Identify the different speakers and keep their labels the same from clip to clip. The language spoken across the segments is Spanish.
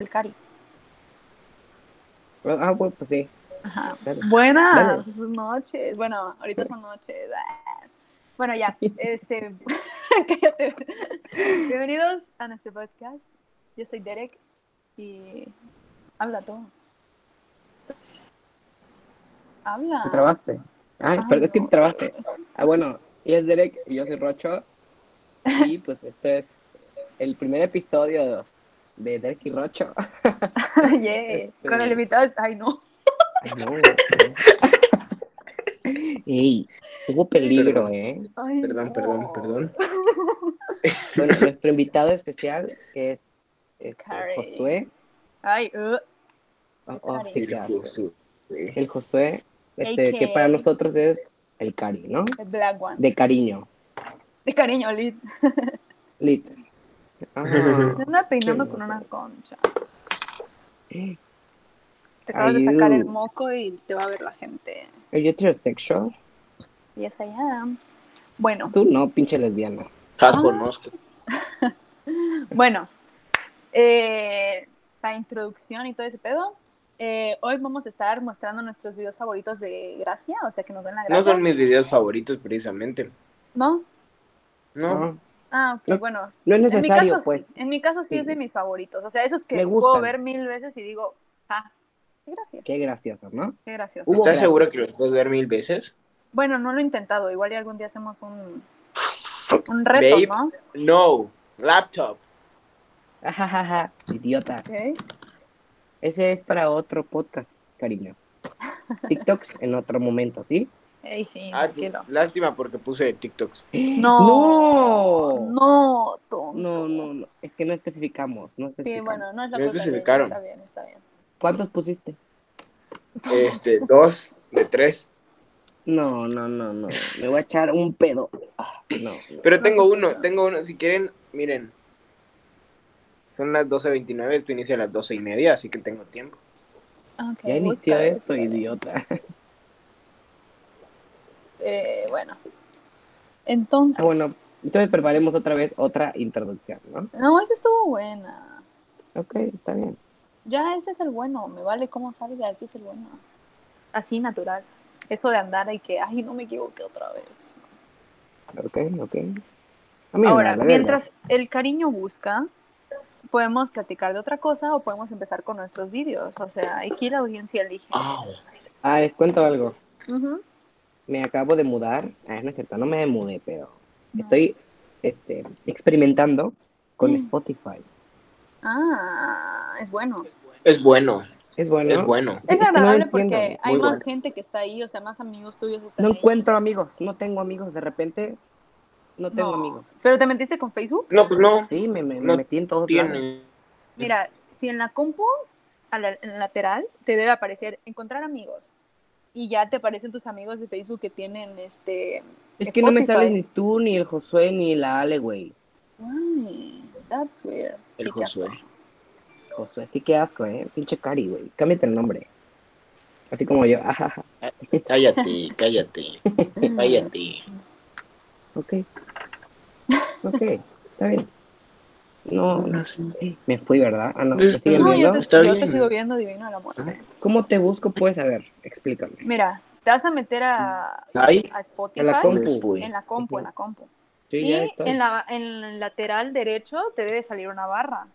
Speaker 1: el Cari.
Speaker 2: Ah, pues, pues sí.
Speaker 1: Ajá.
Speaker 2: Claro.
Speaker 1: Buenas noches. Bueno, ahorita son noches. Ah. Bueno, ya. Este, cállate. Bienvenidos a nuestro podcast. Yo soy Derek y habla todo.
Speaker 2: Te
Speaker 1: Habla.
Speaker 2: trabaste. Ay,
Speaker 1: Ay,
Speaker 2: pero es que
Speaker 1: no.
Speaker 2: te trabaste. Ah, bueno, y es Derek y yo soy Rocho. Y pues este es el primer episodio de Derek y Rocho.
Speaker 1: Yeah.
Speaker 3: Este,
Speaker 1: Con el invitado. Ay, no.
Speaker 2: Ay, no, Ey, hubo peligro, ¿eh?
Speaker 1: Ay,
Speaker 3: Perdón,
Speaker 1: no.
Speaker 3: perdón, perdón.
Speaker 2: Bueno, nuestro invitado especial es este,
Speaker 1: Cari.
Speaker 2: Josué.
Speaker 1: Ay, uh.
Speaker 2: Oh, oh,
Speaker 1: Cari.
Speaker 2: sí, ya,
Speaker 3: Su- pues,
Speaker 2: el Josué, este, que
Speaker 1: AK.
Speaker 2: para nosotros es el Cari, ¿no?
Speaker 1: The Black One.
Speaker 2: De cariño.
Speaker 1: De cariño, Lid.
Speaker 2: Lit. Ah.
Speaker 1: Te anda peinando
Speaker 2: Qué
Speaker 1: con
Speaker 2: hermoso.
Speaker 1: una concha.
Speaker 2: ¿Are
Speaker 3: Eh.
Speaker 1: Te acabas de sacar el
Speaker 3: uh.
Speaker 2: you-
Speaker 1: moco y te va a ver la gente.
Speaker 2: you heterosexual?
Speaker 1: Yes, I am. Bueno,
Speaker 2: Tú no, pinche lesbiana.
Speaker 3: Ah, conozco.
Speaker 1: bueno. eh, la introducción y todo ese pedo. eh, hoy vamos a estar mostrando nuestros videos favoritos de Gracia, o sea que nos den la
Speaker 3: No
Speaker 1: gracia.
Speaker 3: son mis videos favoritos precisamente.
Speaker 1: ¿No?
Speaker 3: No.
Speaker 1: Ah, ok,
Speaker 2: No,
Speaker 1: bueno.
Speaker 2: No es
Speaker 1: En mi
Speaker 2: necesario,
Speaker 1: caso,
Speaker 2: pues.
Speaker 1: sí. En mi caso sí,
Speaker 2: Sí.
Speaker 1: es de mis favoritos. O sea, esos que
Speaker 2: Me
Speaker 1: puedo
Speaker 2: gustan.
Speaker 1: ver mil veces y digo, ah, qué gracia,
Speaker 2: Qué gracioso, ¿no?
Speaker 1: qué gracioso.
Speaker 2: Hubo
Speaker 3: ¿Estás
Speaker 2: gracias.
Speaker 3: seguro que los puedes ver mil veces?
Speaker 1: Bueno, no lo he intentado. Igual y algún día hacemos un, un reto,
Speaker 3: Babe.
Speaker 1: ¿no?
Speaker 3: No. Laptop.
Speaker 2: Ajajaja, idiota.
Speaker 1: Ok.
Speaker 2: Ese es para otro podcast, cariño. TikToks en otro momento, ¿sí?
Speaker 1: Ey, sí,
Speaker 3: Ah,
Speaker 1: tranquilo.
Speaker 3: lástima porque puse TikToks.
Speaker 1: No.
Speaker 2: No.
Speaker 1: No, tonto.
Speaker 2: No, no, no. Es que no especificamos, no
Speaker 1: Sí,
Speaker 2: especificamos.
Speaker 1: bueno, no es la
Speaker 3: Ya
Speaker 1: culpa. de-
Speaker 3: especificaron.
Speaker 1: Está bien, está bien.
Speaker 2: ¿Cuántos pusiste?
Speaker 3: Este, dos, de tres.
Speaker 2: No, no, no, no. Me voy a echar un pedo. Ah, no, no.
Speaker 3: Pero
Speaker 1: No
Speaker 3: tengo
Speaker 1: se
Speaker 3: uno,
Speaker 1: escucha.
Speaker 3: tengo uno. Si quieren, miren. Son las 12.29, esto inicia a las 12 y media, así que tengo tiempo.
Speaker 1: Ah, Ok,
Speaker 2: Ya inició
Speaker 1: búscalo,
Speaker 2: esto,
Speaker 1: búscalo.
Speaker 2: idiota.
Speaker 1: Eh, bueno. Entonces.
Speaker 2: Ah, bueno, entonces preparemos otra vez otra introducción, ¿no?
Speaker 1: No, esa estuvo buena.
Speaker 2: Ok, está bien.
Speaker 1: Ya, este es el bueno. Me vale cómo salga. Este es el bueno. Así natural. Eso de andar y que, ay, no me equivoqué otra vez.
Speaker 2: Ok, ok. A mí me
Speaker 1: Ahora,
Speaker 2: vale,
Speaker 1: mientras el cariño busca, podemos platicar de otra cosa o podemos empezar con nuestros vídeos. O sea, aquí la audiencia elige.
Speaker 2: verga. Ah, les cuento algo.
Speaker 1: Ujú.
Speaker 2: Me acabo de mudar. Ah, no es cierto, no me mudé, pero estoy este, experimentando con
Speaker 1: Mm.
Speaker 2: Spotify.
Speaker 1: Ah, es bueno.
Speaker 3: Es bueno,
Speaker 2: Es bueno.
Speaker 3: es bueno.
Speaker 1: Es
Speaker 2: que no lo
Speaker 1: agradable
Speaker 2: entiendo.
Speaker 1: porque hay
Speaker 3: Muy
Speaker 1: más
Speaker 3: bueno.
Speaker 1: gente que está ahí, o sea, más amigos tuyos están
Speaker 2: No
Speaker 1: ahí.
Speaker 2: encuentro amigos, no tengo amigos. De repente, no tengo
Speaker 1: No.
Speaker 2: amigos.
Speaker 1: ¿Pero te metiste con Facebook?
Speaker 3: No, pues no.
Speaker 2: Sí, me, me- me
Speaker 3: No
Speaker 2: metí en todos lados.
Speaker 3: Tiene.
Speaker 1: Mira, si en la compu, a la- en la lateral, te debe aparecer encontrar amigos. Y ya te aparecen tus amigos de Facebook que tienen este...
Speaker 2: Es que no me
Speaker 1: Spotify.
Speaker 2: sales ni tú, ni el Josué, ni la Ale, güey.
Speaker 1: Why? That's weird.
Speaker 3: El
Speaker 1: Sí, qué asco.
Speaker 3: Josué.
Speaker 2: Josué, sí que asco, ¿eh? Pinche Cari, güey. Cámbiate el nombre. Así como yo. Ajaja.
Speaker 3: Cállate, cállate,
Speaker 1: Mm.
Speaker 3: cállate.
Speaker 2: Ok. Ok, está bien. No, no. Me fui, ¿verdad? Ah, no. ¿Me siguen
Speaker 1: No, yo
Speaker 2: viendo?
Speaker 1: te,
Speaker 3: Está
Speaker 1: yo te
Speaker 3: bien.
Speaker 1: sigo viendo Divino de la Muerte.
Speaker 2: ¿Cómo te busco? Puedes saber. Explícame.
Speaker 1: Mira, te vas a meter a,
Speaker 3: Ay,
Speaker 1: a Spotify.
Speaker 2: En la compu.
Speaker 3: me fui.
Speaker 1: pues, En la compu,
Speaker 2: Ujú.
Speaker 1: en la compu.
Speaker 2: Sí,
Speaker 1: Y
Speaker 2: ya estoy.
Speaker 1: en, la, en el lateral derecho te debe salir una barra.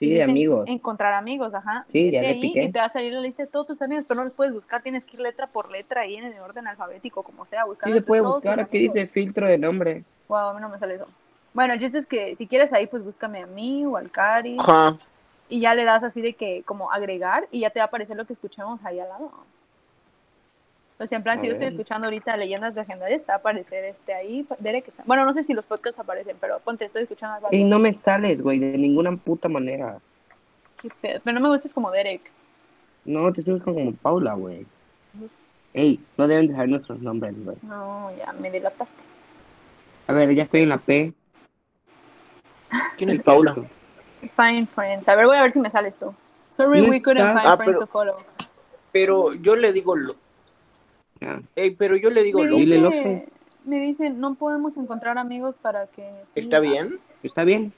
Speaker 2: Sí,
Speaker 1: Y
Speaker 2: de
Speaker 1: dice
Speaker 2: amigos.
Speaker 1: Encontrar amigos, ajá.
Speaker 2: Sí,
Speaker 1: Vete
Speaker 2: ya le
Speaker 1: ahí
Speaker 2: piqué.
Speaker 1: Y te va a salir la lista de todos tus amigos, pero no los puedes buscar. Tienes que ir letra por letra ahí en el orden alfabético, como sea,
Speaker 2: Sí
Speaker 1: buscando.
Speaker 2: se
Speaker 1: entre
Speaker 2: puede
Speaker 1: todos
Speaker 2: buscar.
Speaker 1: tus
Speaker 2: Aquí
Speaker 1: amigos.
Speaker 2: dice filtro de nombre.
Speaker 1: Guau, a mí no me sale eso. Bueno, el chiste es que si quieres ahí, pues búscame a mí o al Cari.
Speaker 3: ajá.
Speaker 1: Y ya le das así de que, como agregar, y ya te va a aparecer lo que escuchamos ahí al lado. O sea, en plan,
Speaker 2: A
Speaker 1: si yo estoy
Speaker 2: ver.
Speaker 1: escuchando ahorita Leyendas Legendarias, te va a aparecer este ahí, Derek está. Bueno, no sé si los podcasts aparecen, pero ponte, estoy escuchando algo.
Speaker 2: Y no me sales, güey, de ninguna puta manera.
Speaker 1: Qué pedo. Pero no me gustas como Derek.
Speaker 2: No, te estoy buscando como Paula, güey. Ey, no deben de saber nuestros nombres, güey.
Speaker 1: No, ya me delataste.
Speaker 2: A ver, ya estoy en la P.
Speaker 3: ¿Quién es Paula?
Speaker 1: Find friends. A ver, voy a ver si me sales tú. Sorry,
Speaker 2: No
Speaker 1: we couldn't
Speaker 2: está.
Speaker 1: find
Speaker 3: Ah,
Speaker 1: friends
Speaker 3: pero-
Speaker 1: to follow.
Speaker 3: Pero yo le digo lo.
Speaker 2: Ah,
Speaker 3: Ey, pero yo le digo
Speaker 1: Me
Speaker 3: lo.
Speaker 2: Dile
Speaker 1: dice,
Speaker 2: López.
Speaker 1: me dice, no podemos encontrar amigos para que.
Speaker 3: ¿Está
Speaker 1: siga".
Speaker 3: bien?
Speaker 2: está bien.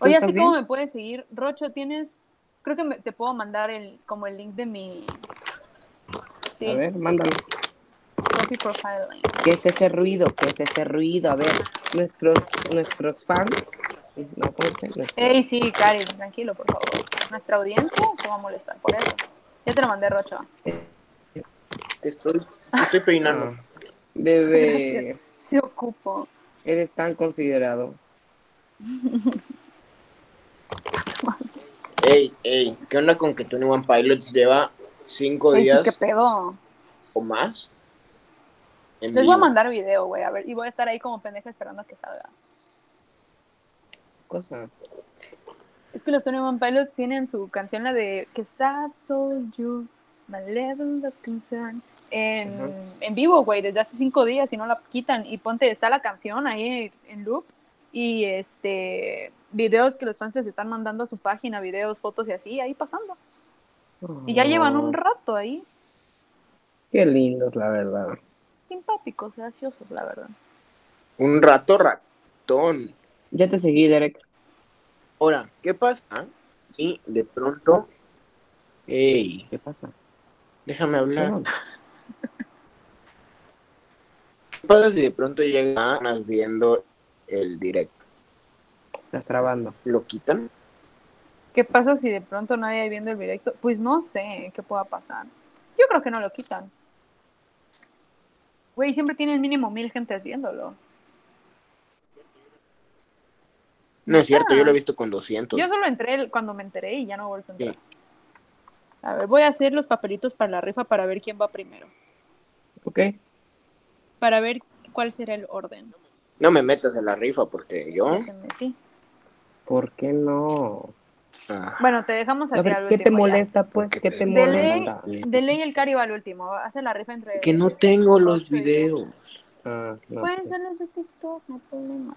Speaker 1: Oye,
Speaker 2: ¿Estás
Speaker 1: así como
Speaker 2: bien?
Speaker 1: me puedes seguir, Rocho, tienes creo que me- te puedo mandar el, como el link de mi
Speaker 2: A
Speaker 1: de
Speaker 2: ver, mándalo.
Speaker 1: Coffee Profile Link.
Speaker 2: ¿Qué es ese ruido? ¿Qué es ese ruido? A ver, nuestros, nuestros fans. No, ¿cómo se dice?
Speaker 1: Ey, sí, Cari, tranquilo, por favor. Nuestra audiencia se va a molestar por eso. Ya te lo mandé, Rocha.
Speaker 2: eh,
Speaker 3: Te estoy, te estoy peinando.
Speaker 2: Ah, Bebé,
Speaker 1: Gracias. Se ocupo.
Speaker 2: eres tan considerado.
Speaker 3: Ey, ey, ¿qué onda con que Tony One Pilots lleva cinco
Speaker 1: Ey, sí,
Speaker 3: días
Speaker 1: qué pedo.
Speaker 3: o más? en
Speaker 1: Les voy a
Speaker 3: vivo?
Speaker 1: mandar video, güey, a ver. Y voy a estar ahí como pendeja esperando a que salga.
Speaker 2: Cosa.
Speaker 1: Es que los Tony One Pilots tienen su canción, la de Que I told you my level of concern. En,
Speaker 2: Ajá.
Speaker 1: en vivo, güey, desde hace cinco días y no la quitan. Y ponte, está la canción ahí en loop. Y este, videos que los fans les están mandando a su página, videos, fotos y así, ahí pasando. Y ya llevan un rato ahí,
Speaker 2: Oh, Qué lindos, la verdad.
Speaker 1: simpáticos, graciosos, la verdad.
Speaker 3: Un rato ratón.
Speaker 2: Ya te seguí, Derek.
Speaker 3: Ahora, ¿qué pasa? Sí, de pronto. Ey,
Speaker 2: ¿Qué pasa?
Speaker 3: déjame hablar.
Speaker 2: Perdón.
Speaker 3: ¿Qué pasa si de pronto llegan viendo el directo?
Speaker 2: Estás trabando.
Speaker 3: ¿Lo quitan?
Speaker 1: ¿Qué pasa si de pronto nadie viendo el directo? Pues no sé qué pueda pasar. Yo creo que no lo quitan. Güey, siempre tienen mínimo mil gentes viéndolo.
Speaker 3: No es cierto,
Speaker 1: Ah.
Speaker 3: yo lo he visto con 200.
Speaker 1: Yo solo entré el- cuando me enteré y ya no he vuelto a entrar.
Speaker 3: Sí.
Speaker 1: A ver, voy a hacer los papelitos para la rifa para ver quién va primero.
Speaker 2: Ok.
Speaker 1: Para ver cuál será el orden.
Speaker 3: No me metas en la rifa porque yo.
Speaker 1: Ya te metí.
Speaker 2: ¿Por qué no?
Speaker 3: Ah,
Speaker 1: Bueno, te dejamos a,
Speaker 2: A
Speaker 1: ti
Speaker 2: ver,
Speaker 1: al
Speaker 2: ¿qué te
Speaker 1: último ya.
Speaker 2: molesta, pues?
Speaker 3: Porque
Speaker 2: ¿Qué te
Speaker 3: te-
Speaker 1: De ley,
Speaker 2: molesta?
Speaker 1: de ley el cari va al último. Hace la rifa entre...
Speaker 3: que no tengo los
Speaker 1: Ocho y-
Speaker 3: videos.
Speaker 2: Ah, no,
Speaker 1: Pueden
Speaker 2: pues,
Speaker 1: ser los de TikTok, no hay problema.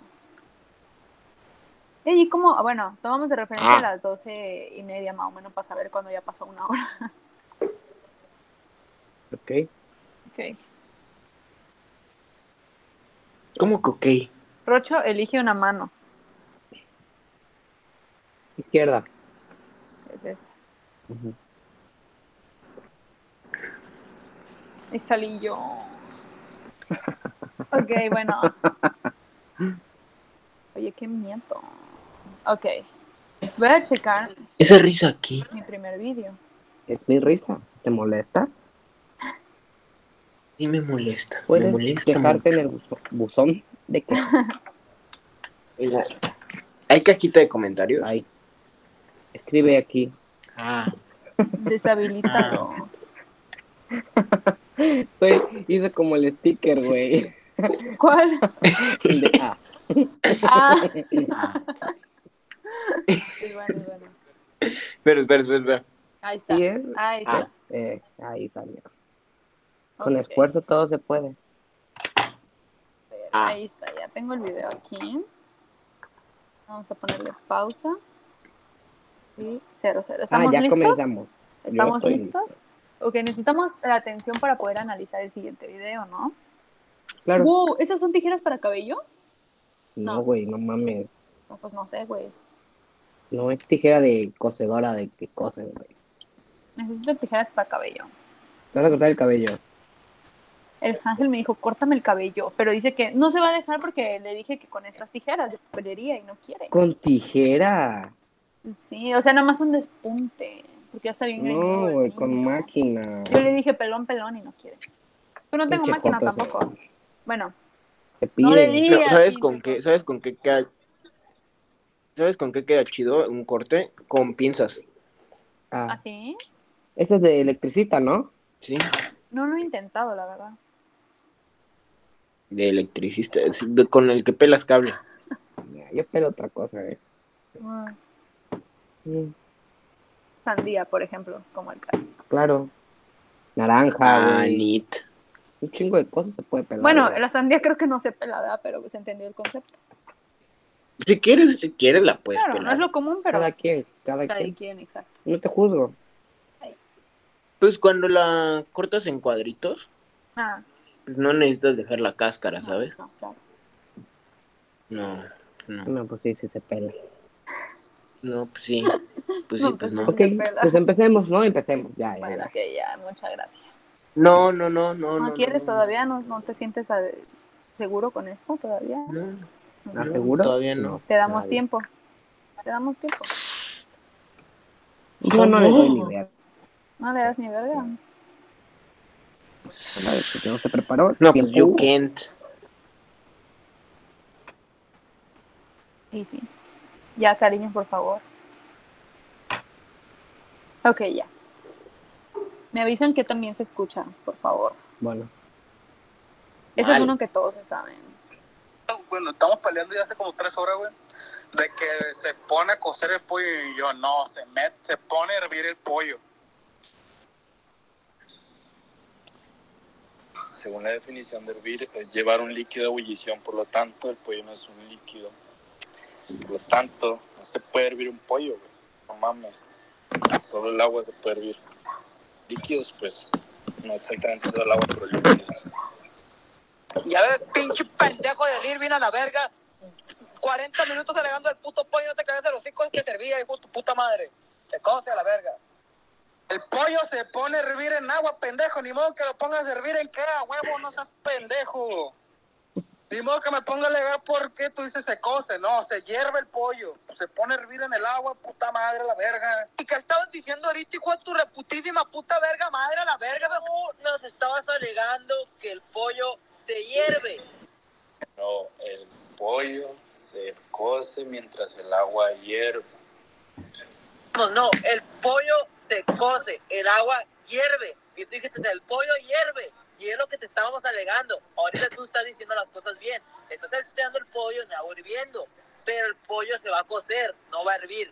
Speaker 1: Ey, ¿y cómo? Ah, Bueno, tomamos de referencia
Speaker 3: Ah.
Speaker 1: a las doce y media más o menos para saber cuándo ya pasó una hora.
Speaker 2: ok.
Speaker 1: Ok.
Speaker 3: ¿Cómo que ok?
Speaker 1: Rocho elige una mano.
Speaker 2: Izquierda.
Speaker 1: Es esta.
Speaker 2: Ujú.
Speaker 1: Y salí yo. Ok, bueno. Oye, qué miento. Ok. Voy a checar
Speaker 3: Esa risa aquí.
Speaker 1: mi primer vídeo.
Speaker 2: Es mi risa. ¿Te molesta?
Speaker 3: Sí me molesta. Me
Speaker 2: Puedes
Speaker 3: molesta.
Speaker 2: quejarte en
Speaker 3: mucho.
Speaker 2: el buzo- buzón de que
Speaker 3: Mira, Hay cajita de comentarios.
Speaker 2: hay. Escribe aquí.
Speaker 3: Ah,
Speaker 1: Deshabilitado.
Speaker 2: Güey, hizo como el sticker, güey.
Speaker 1: ¿Cuál?
Speaker 2: El de, ah,
Speaker 1: Ah,
Speaker 3: ah.
Speaker 1: es bueno, es bueno.
Speaker 3: Espera, espera, espera, espera.
Speaker 1: Ahí está.
Speaker 2: y es-
Speaker 1: Ahí está.
Speaker 2: ah, eh, ahí salió. Con
Speaker 1: Ok.
Speaker 2: esfuerzo todo se puede.
Speaker 1: A ver,
Speaker 3: Ah.
Speaker 1: Ahí está, ya tengo el video aquí. Vamos a ponerle pausa. Y cero, cero. ¿Estamos
Speaker 2: ah, ya
Speaker 1: listos?
Speaker 2: comenzamos. Yo
Speaker 1: ¿Estamos
Speaker 2: estoy
Speaker 1: listos?
Speaker 2: listo.
Speaker 1: Ok, necesitamos la atención para poder analizar el siguiente video, ¿no?
Speaker 2: Claro.
Speaker 1: ¡Wow! ¿Esas son tijeras para cabello?
Speaker 2: No,
Speaker 1: no.
Speaker 2: güey, no mames.
Speaker 1: No, pues no sé, güey.
Speaker 2: No es tijera de cosedora de que cosen, güey.
Speaker 1: Necesito tijeras para cabello.
Speaker 2: Te vas a cortar el cabello.
Speaker 1: El ángel me dijo, córtame el cabello, pero dice que no se va a dejar porque le dije que con estas tijeras de papelería y no quiere.
Speaker 2: Con tijera.
Speaker 1: Sí, o sea, nada más un despunte, porque ya está bien greñudo
Speaker 2: No,
Speaker 1: el
Speaker 2: güey, con
Speaker 1: niño.
Speaker 2: máquina.
Speaker 1: Yo le dije pelón, pelón y no quiere. Yo no tengo
Speaker 2: Pinche
Speaker 1: máquina
Speaker 2: joto,
Speaker 1: tampoco.
Speaker 2: güey.
Speaker 1: Bueno,
Speaker 2: Te
Speaker 1: No le
Speaker 2: piden.
Speaker 1: di- Sí,
Speaker 3: No, ¿Sabes
Speaker 1: así,
Speaker 3: con
Speaker 1: chico.
Speaker 3: qué? ¿Sabes con qué queda? ¿Sabes con qué queda chido un corte? Con pinzas.
Speaker 2: Ah,
Speaker 1: ¿así?
Speaker 2: este es de electricista, ¿no?
Speaker 3: Sí.
Speaker 1: No lo he intentado, la verdad.
Speaker 3: De electricista. es de- con el que pelas cable.
Speaker 2: Ya, Yo pelo otra cosa, eh.
Speaker 1: Mm,
Speaker 2: Mm,
Speaker 1: Sandía, por ejemplo, como el caso.
Speaker 2: Claro. Naranja,
Speaker 3: Ah,
Speaker 2: güey.
Speaker 3: neat.
Speaker 2: Un chingo de cosas se puede pelar.
Speaker 1: Bueno,
Speaker 2: güey.
Speaker 1: la sandía creo que no se pelada, pero se entendió el concepto.
Speaker 3: Si quieres, si quieres la puedes
Speaker 1: Claro, no
Speaker 3: pelar.
Speaker 1: es lo común, pero
Speaker 2: cada quien, cada
Speaker 1: cada
Speaker 2: quien.
Speaker 1: quien, exacto.
Speaker 2: No te juzgo.
Speaker 3: Pues cuando la cortas en cuadritos,
Speaker 1: Ah,
Speaker 3: pues no necesitas dejar la cáscara, ¿sabes?
Speaker 1: no, claro.
Speaker 3: No, no.
Speaker 2: No, pues sí, sí se pela.
Speaker 3: No, pues sí. Pues
Speaker 1: No,
Speaker 3: sí, pues
Speaker 1: pues
Speaker 3: no.
Speaker 1: sí.
Speaker 2: Ok, pues empecemos, ¿no? Empecemos, ya, ya,
Speaker 1: Bueno,
Speaker 2: ya.
Speaker 1: ok, ya, muchas gracias.
Speaker 3: No, no, no, no.
Speaker 1: ¿No,
Speaker 3: no,
Speaker 1: quieres
Speaker 3: no.
Speaker 1: todavía? ¿No, no te sientes a- seguro con esto todavía?
Speaker 3: No,
Speaker 2: ¿Estás
Speaker 3: no,
Speaker 2: seguro?
Speaker 3: Todavía no.
Speaker 1: Te damos
Speaker 2: Nadie.
Speaker 1: tiempo. Te damos tiempo.
Speaker 2: Yo no le doy ni ver.
Speaker 1: No le das ni verga.
Speaker 2: Una vez que todo se preparó,
Speaker 3: No, pues
Speaker 2: tiempo
Speaker 3: you
Speaker 2: hubo.
Speaker 3: can't.
Speaker 1: Sí, sí. Ya, cariño, por favor. Ok, ya. Me avisan que también se escucha, por favor.
Speaker 2: Bueno,
Speaker 1: Eso es
Speaker 3: Vale.
Speaker 1: uno que todos se saben.
Speaker 4: bueno, estamos peleando ya hace como tres horas, güey, de que se pone a cocer el pollo y yo no, se met, se pone a hervir el pollo.
Speaker 5: Según la definición de hervir, es llevar un líquido a ebullición, por lo tanto, el pollo no es un líquido. Por lo tanto, no se puede hervir un pollo, güey. No mames. Solo el agua se puede hervir. Líquidos, pues, no exactamente solo el agua, pero líquidos.
Speaker 4: Ya ves, pinche pendejo de Lir vino a la verga. 40 minutos alegando el puto pollo, no te cagas de los cinco que servía, hijo de tu puta madre. Te coste a la verga. El pollo se pone a hervir en agua, pendejo. Ni modo que lo pongas a hervir en qué, a huevo, no seas pendejo. Ni modo que me ponga a alegar por qué tú dices se cose. No, se hierve el pollo. Se pone a hervir en el agua, puta madre, a la verga. ¿Y qué estabas diciendo ahorita, hijo de tu reputísima puta verga madre, a la verga? Tú nos estabas alegando que el pollo se hierve.
Speaker 5: No, el pollo se cose mientras el agua hierve.
Speaker 4: No, no, el pollo se cose, el agua hierve. Y tú dijiste, el pollo hierve. Y es lo que te estábamos alegando. Ahorita tú estás diciendo las cosas bien. Estás estudiando el pollo en agua hirviendo. Pero el pollo se va a cocer, no va a hervir.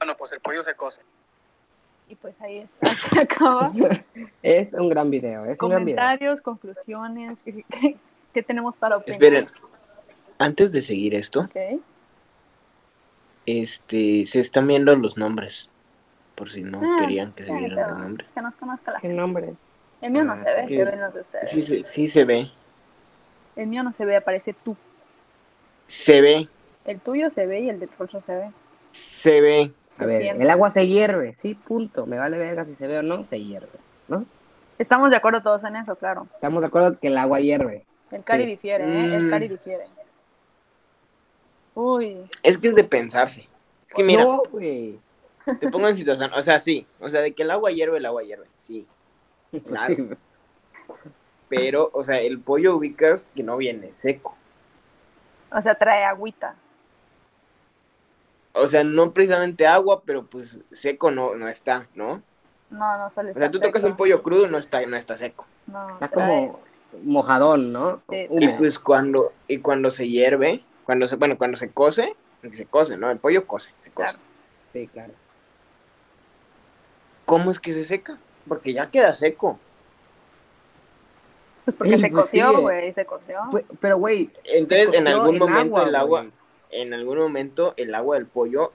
Speaker 4: Bueno, pues el pollo se cose.
Speaker 1: Y pues ahí es. Se acaba.
Speaker 2: es un gran video, es un gran video.
Speaker 1: Comentarios, conclusiones. ¿Qué, qué- qué tenemos para opinar?
Speaker 3: Esperen. Antes de seguir esto,
Speaker 1: Ok.
Speaker 3: este, se están viendo los nombres. Por si no
Speaker 1: Ah,
Speaker 3: querían que se
Speaker 1: ya,
Speaker 3: vieran
Speaker 1: ya.
Speaker 3: los nombres.
Speaker 1: Que nos conozca la
Speaker 2: ¿Qué
Speaker 1: gente.
Speaker 2: nombre?
Speaker 1: El mío no
Speaker 3: Ah,
Speaker 1: se ve,
Speaker 3: ok.
Speaker 1: se ven los de ustedes.
Speaker 3: Sí, se- sí se ve.
Speaker 1: El mío no se ve, aparece tú.
Speaker 3: Se ve.
Speaker 1: El tuyo se ve y el de Rocho se ve.
Speaker 3: Se ve.
Speaker 1: Se
Speaker 2: A ver,
Speaker 1: siente.
Speaker 2: el agua se hierve, sí, punto. Me vale verga si se ve o no, se hierve, ¿no?
Speaker 1: Estamos de acuerdo todos en eso, claro.
Speaker 2: Estamos de acuerdo que el agua hierve.
Speaker 1: El Cari
Speaker 2: Sí.
Speaker 1: difiere, ¿eh? El
Speaker 3: Mm.
Speaker 1: Cari difiere. Uy,
Speaker 3: Es que es de pensarse. Es que mira,
Speaker 2: No, güey.
Speaker 3: te pongo en situación. O sea, sí. O sea, de que el agua hierve, el agua hierve. Sí. Claro.
Speaker 2: Sí, güey.
Speaker 3: Pero, o sea, el pollo ubicas que no viene seco.
Speaker 1: o sea, trae agüita.
Speaker 3: O sea, no precisamente agua, pero pues seco no, no está, ¿no?
Speaker 1: No, no sale.
Speaker 3: O sea, tú tocas un pollo crudo, no está, no está seco.
Speaker 1: No,
Speaker 2: Está
Speaker 1: trae-
Speaker 2: como mojadón, ¿no?
Speaker 1: Sí.
Speaker 3: Y
Speaker 2: Húmedo.
Speaker 3: pues cuando, y cuando se hierve, cuando se, bueno, cuando se cose, porque se cose, ¿no? El pollo cose, se cose.
Speaker 1: Claro.
Speaker 2: Sí, claro.
Speaker 3: ¿Cómo es que se seca? Porque ya queda seco.
Speaker 1: Porque
Speaker 2: Sí,
Speaker 1: se
Speaker 2: pues,
Speaker 1: coció,
Speaker 2: sigue.
Speaker 1: güey, se coció.
Speaker 2: Pues, Pero, güey, se
Speaker 3: Entonces, en
Speaker 2: coció
Speaker 3: algún momento el agua,
Speaker 2: güey.
Speaker 3: en algún momento el agua del pollo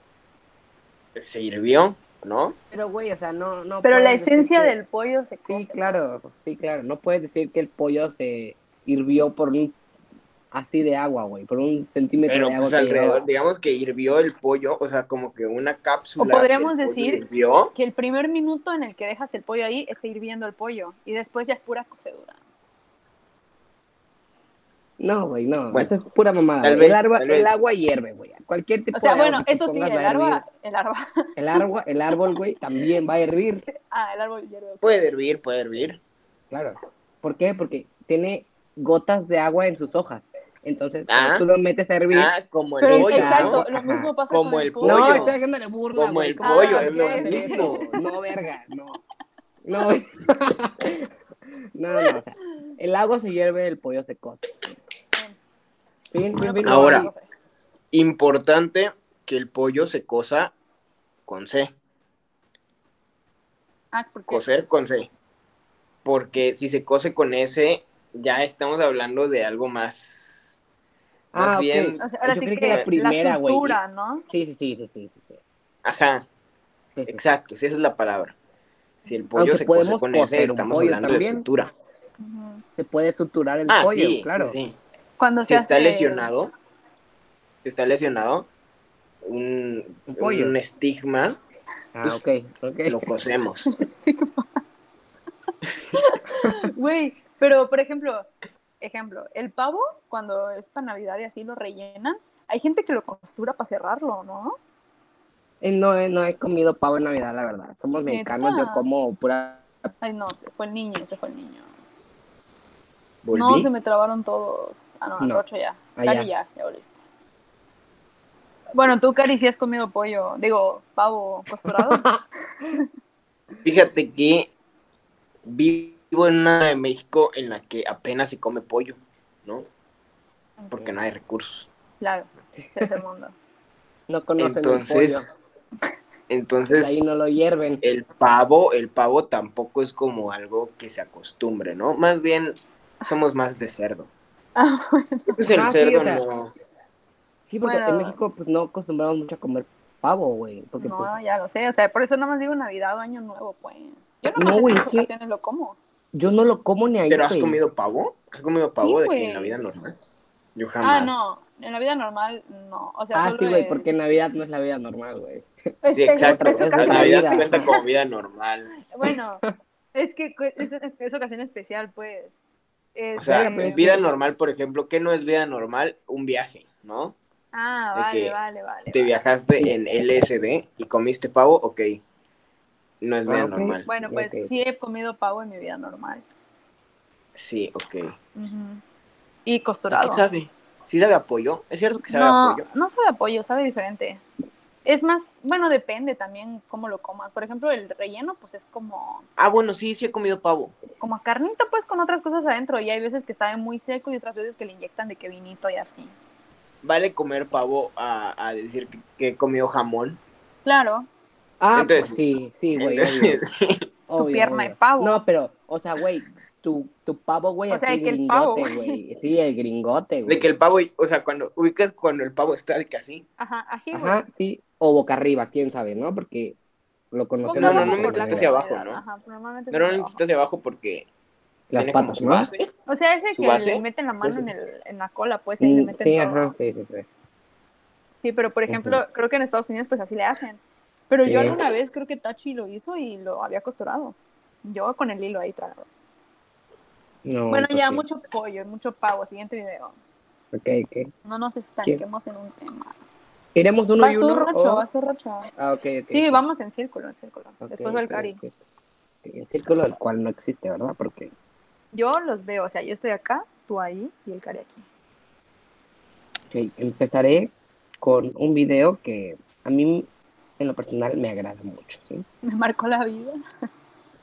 Speaker 3: se hirvió, ¿no?
Speaker 2: Pero, güey, o sea, no. no
Speaker 1: Pero la
Speaker 2: puedes decir
Speaker 1: esencia
Speaker 2: que-
Speaker 1: del pollo se coció.
Speaker 2: pues, Sí, claro, sí, claro. No puedes decir que el pollo se hirvió por un. Así de agua, güey. Por un centímetro
Speaker 3: Pero
Speaker 2: de agua.
Speaker 3: pues
Speaker 2: que
Speaker 3: alrededor,
Speaker 2: llevaba.
Speaker 3: digamos que hirvió el pollo, o sea, como que una cápsula.
Speaker 1: O podríamos
Speaker 3: del pollo
Speaker 1: decir-
Speaker 3: Hirvió.
Speaker 1: Que el primer minuto en el que dejas el pollo ahí está hirviendo el pollo. Y después ya es pura cocedura.
Speaker 2: No, güey, no.
Speaker 3: Bueno,
Speaker 2: Esa es pura mamada.
Speaker 3: tal
Speaker 2: güey. el,
Speaker 3: vez,
Speaker 2: agua,
Speaker 3: tal vez.
Speaker 2: el agua hierve, güey. Cualquier tipo
Speaker 1: O sea,
Speaker 2: de agua
Speaker 1: bueno,
Speaker 2: que tú
Speaker 1: eso sí,
Speaker 2: pongas
Speaker 1: el
Speaker 2: va a hervir.
Speaker 1: árbol, el árbol,
Speaker 2: El árbol, el árbol, güey, también va a hervir.
Speaker 1: ah, el árbol hierve.
Speaker 3: Puede hervir, puede hervir.
Speaker 2: Claro. ¿Por qué? Porque tiene gotas de agua en sus hojas. Entonces,
Speaker 3: Ah.
Speaker 2: cuando tú lo metes a hervir.
Speaker 3: Ah, como el
Speaker 1: Pero
Speaker 3: pollo.
Speaker 1: exacto,
Speaker 2: ¿no?
Speaker 1: lo mismo pasa
Speaker 3: Como
Speaker 1: con
Speaker 3: el
Speaker 1: el pollo.
Speaker 2: no,
Speaker 3: pollo.
Speaker 2: estoy haciéndole burla,
Speaker 3: Como
Speaker 2: güey.
Speaker 3: el
Speaker 2: ¿Cómo
Speaker 1: pollo,
Speaker 2: vas a
Speaker 1: es lo
Speaker 2: hacer
Speaker 1: mismo.
Speaker 2: eso? No, verga, no. No, güey. no, no, o sea, el agua se hierve, el pollo se cose. Fin, fin, fin.
Speaker 3: Ahora.
Speaker 2: güey.
Speaker 3: Importante que el pollo se cosa con C.
Speaker 1: Ah, porque
Speaker 3: Cocer con C. Porque si se cose con S, ya estamos hablando de algo más.
Speaker 2: Ah,
Speaker 3: Más
Speaker 2: ok.
Speaker 3: bien.
Speaker 1: O sea, ahora
Speaker 2: Yo
Speaker 1: sí
Speaker 2: creí
Speaker 1: que,
Speaker 2: que la
Speaker 1: la,
Speaker 2: primera, güey.
Speaker 1: sutura, ¿no?
Speaker 2: Sí, sí, sí, sí, sí, sí, sí.
Speaker 3: Ajá,
Speaker 2: Sí, sí.
Speaker 3: exacto, sí, esa es la palabra. Si el pollo
Speaker 2: Aunque
Speaker 3: se cose
Speaker 2: podemos
Speaker 3: con
Speaker 2: cocer
Speaker 3: S,
Speaker 2: un
Speaker 3: estamos
Speaker 2: pollo
Speaker 3: hablando
Speaker 2: también.
Speaker 3: de cintura.
Speaker 1: Ujú.
Speaker 2: Se puede suturar el
Speaker 3: Ah,
Speaker 2: pollo,
Speaker 3: sí,
Speaker 2: claro.
Speaker 3: sí.
Speaker 1: Cuando
Speaker 3: si
Speaker 1: se hace
Speaker 3: está lesionado, si está lesionado, un,
Speaker 2: Un pollo.
Speaker 3: un estigma
Speaker 2: Ah, ok,
Speaker 3: Pues
Speaker 2: ok.
Speaker 3: Lo cocemos.
Speaker 1: Güey, pero por ejemplo, ejemplo, el pavo, cuando es para Navidad y así lo rellenan, hay gente que lo costura para cerrarlo, ¿no?
Speaker 2: Eh, No, eh, no he comido pavo en Navidad, la verdad. Somos mexicanos,
Speaker 1: ¿Neta?
Speaker 2: yo como pura...
Speaker 1: Ay, no, se fue el niño, se fue el niño.
Speaker 3: Volví.
Speaker 1: No, se me trabaron todos. Ah, no,
Speaker 2: No.
Speaker 1: Rocho ya.
Speaker 2: Ah,
Speaker 1: Cari ya, ya volviste. Bueno, tú, Cari, sí has comido pollo. Digo, pavo costurado.
Speaker 3: Fíjate que vivo en una de México en la que apenas se come pollo, ¿no? Porque no hay recursos.
Speaker 1: claro, tercer mundo.
Speaker 2: No conocen
Speaker 3: Entonces,
Speaker 2: el pollo.
Speaker 3: entonces
Speaker 2: Ahí no lo hierven.
Speaker 3: el pavo, el pavo tampoco es como algo que se acostumbre, ¿no? Más bien somos más de cerdo.
Speaker 1: Ah,
Speaker 3: Pues el
Speaker 2: Ah, sí,
Speaker 3: cerdo
Speaker 2: o sea,
Speaker 3: no.
Speaker 2: Sí, porque en
Speaker 1: Bueno.
Speaker 2: México pues no acostumbramos mucho a comer pavo, güey. Porque pues,
Speaker 1: No, ya lo sé. O sea, por eso no más digo Navidad o Año Nuevo, pues. Yo
Speaker 2: No,
Speaker 1: no, en
Speaker 2: güey,
Speaker 1: esas
Speaker 2: es que-
Speaker 1: ocasiones lo como.
Speaker 2: yo no lo como ni ahí,
Speaker 3: ¿Pero has
Speaker 2: güey.
Speaker 3: comido pavo? ¿Has comido pavo
Speaker 1: Sí,
Speaker 3: de que
Speaker 1: güey.
Speaker 3: en la vida normal? Yo
Speaker 1: Ah,
Speaker 3: jamás.
Speaker 1: no. En la vida normal, no. O sea,
Speaker 2: Ah,
Speaker 1: solo
Speaker 2: sí, güey,
Speaker 1: el-
Speaker 2: porque Navidad no es la vida normal, güey.
Speaker 1: Es,
Speaker 3: Sí,
Speaker 1: es-
Speaker 3: exacto.
Speaker 1: es
Speaker 2: esa
Speaker 1: este,
Speaker 3: La
Speaker 1: ocasión
Speaker 2: Navidad
Speaker 3: Navidad
Speaker 1: especial.
Speaker 3: cuenta como vida normal.
Speaker 1: Bueno, es que cu- es, es ocasión especial, pues.
Speaker 3: O sea,
Speaker 2: Verga, pero es
Speaker 3: vida
Speaker 2: que-
Speaker 3: normal, por ejemplo, ¿qué no es vida normal? Un viaje, ¿no?
Speaker 1: Ah,
Speaker 3: de
Speaker 1: vale,
Speaker 3: que
Speaker 1: vale, vale.
Speaker 3: Te
Speaker 1: vale.
Speaker 3: viajaste en LSD y comiste pavo, ok. No es vida
Speaker 2: Ah, ok.
Speaker 3: normal.
Speaker 1: Bueno, pues
Speaker 2: Ok.
Speaker 1: sí he comido pavo en mi vida normal.
Speaker 3: Sí, ok.
Speaker 1: Ujú. Y
Speaker 3: ¿Qué
Speaker 1: costurado.
Speaker 3: sabe? ¿Sí sabe apoyo? ¿Es cierto que sabe
Speaker 1: no,
Speaker 3: apoyo?
Speaker 1: no sabe apoyo, sabe diferente. Es más, bueno, depende también cómo lo comas. Por ejemplo, el relleno, pues es como,
Speaker 3: Ah, bueno, sí, sí he comido pavo.
Speaker 1: como a carnita, pues con otras cosas adentro. Y hay veces que sabe muy seco y otras veces que le inyectan de que vinito y así.
Speaker 3: Vale comer pavo a, a decir que, que he comido jamón.
Speaker 1: Claro,
Speaker 2: Ah,
Speaker 3: Entonces-
Speaker 2: pues sí, sí, güey, obvio,
Speaker 3: Entonces,
Speaker 2: obvio,
Speaker 1: pierna
Speaker 2: obvio.
Speaker 1: de pavo.
Speaker 2: No, pero, o sea, güey, tu, tu pavo, güey,
Speaker 1: O
Speaker 2: así
Speaker 1: sea,
Speaker 2: el
Speaker 1: que el
Speaker 2: gringote,
Speaker 1: pavo,
Speaker 2: güey. Sí, el gringote, güey.
Speaker 3: de que el pavo, o sea, cuando ubicas cuando el pavo está de que así.
Speaker 1: ajá, así, güey.
Speaker 2: Ajá, sí. O boca arriba, quién sabe, ¿no? Porque lo
Speaker 1: Pues,
Speaker 2: conocemos.
Speaker 3: No, no,
Speaker 2: de
Speaker 3: no,
Speaker 2: muchas
Speaker 3: no,
Speaker 2: maneras.
Speaker 3: hacia abajo, ¿no?
Speaker 1: Ajá, normalmente es hacia
Speaker 3: Normalmente
Speaker 1: abajo.
Speaker 3: está hacia abajo porque
Speaker 2: Las
Speaker 3: tiene como
Speaker 2: patas,
Speaker 3: su
Speaker 2: ¿no?
Speaker 3: base.
Speaker 1: O sea, ese
Speaker 3: ¿Su
Speaker 1: que
Speaker 3: base? pues,
Speaker 1: le meten la mano en, el, en la cola, pues ahí le
Speaker 2: Mm,
Speaker 1: meten
Speaker 2: Sí,
Speaker 1: todo.
Speaker 2: ajá, sí, sí, sí.
Speaker 1: Sí, pero por ejemplo, creo que en Estados Unidos pues así le hacen. Pero
Speaker 2: Sí.
Speaker 1: yo alguna vez creo que Tachi lo hizo y lo había costurado. Yo con el hilo ahí tragado.
Speaker 2: No,
Speaker 1: bueno,
Speaker 2: pues
Speaker 1: ya
Speaker 2: sí.
Speaker 1: mucho pollo, mucho pavo. Siguiente video.
Speaker 2: Ok, ok.
Speaker 1: No nos estanquemos en un tema.
Speaker 2: ¿Iremos uno
Speaker 1: Vas
Speaker 2: y
Speaker 1: tú,
Speaker 2: uno? Oh.
Speaker 1: Rocho,
Speaker 2: o-
Speaker 1: vas tú, Rocho.
Speaker 2: Ah, ok, ok.
Speaker 1: Sí, vamos en círculo, en círculo.
Speaker 2: Ok,
Speaker 1: Después va el
Speaker 2: ok,
Speaker 1: Cari.
Speaker 2: sí. Ok, El círculo del cual no existe, ¿verdad? Porque
Speaker 1: Yo los veo, o sea, yo estoy acá, tú ahí y el Cari aquí.
Speaker 2: ok, empezaré con un video que a mí en lo personal me agrada mucho, ¿sí?
Speaker 1: Me marcó la vida.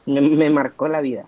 Speaker 2: Me, me marcó la vida.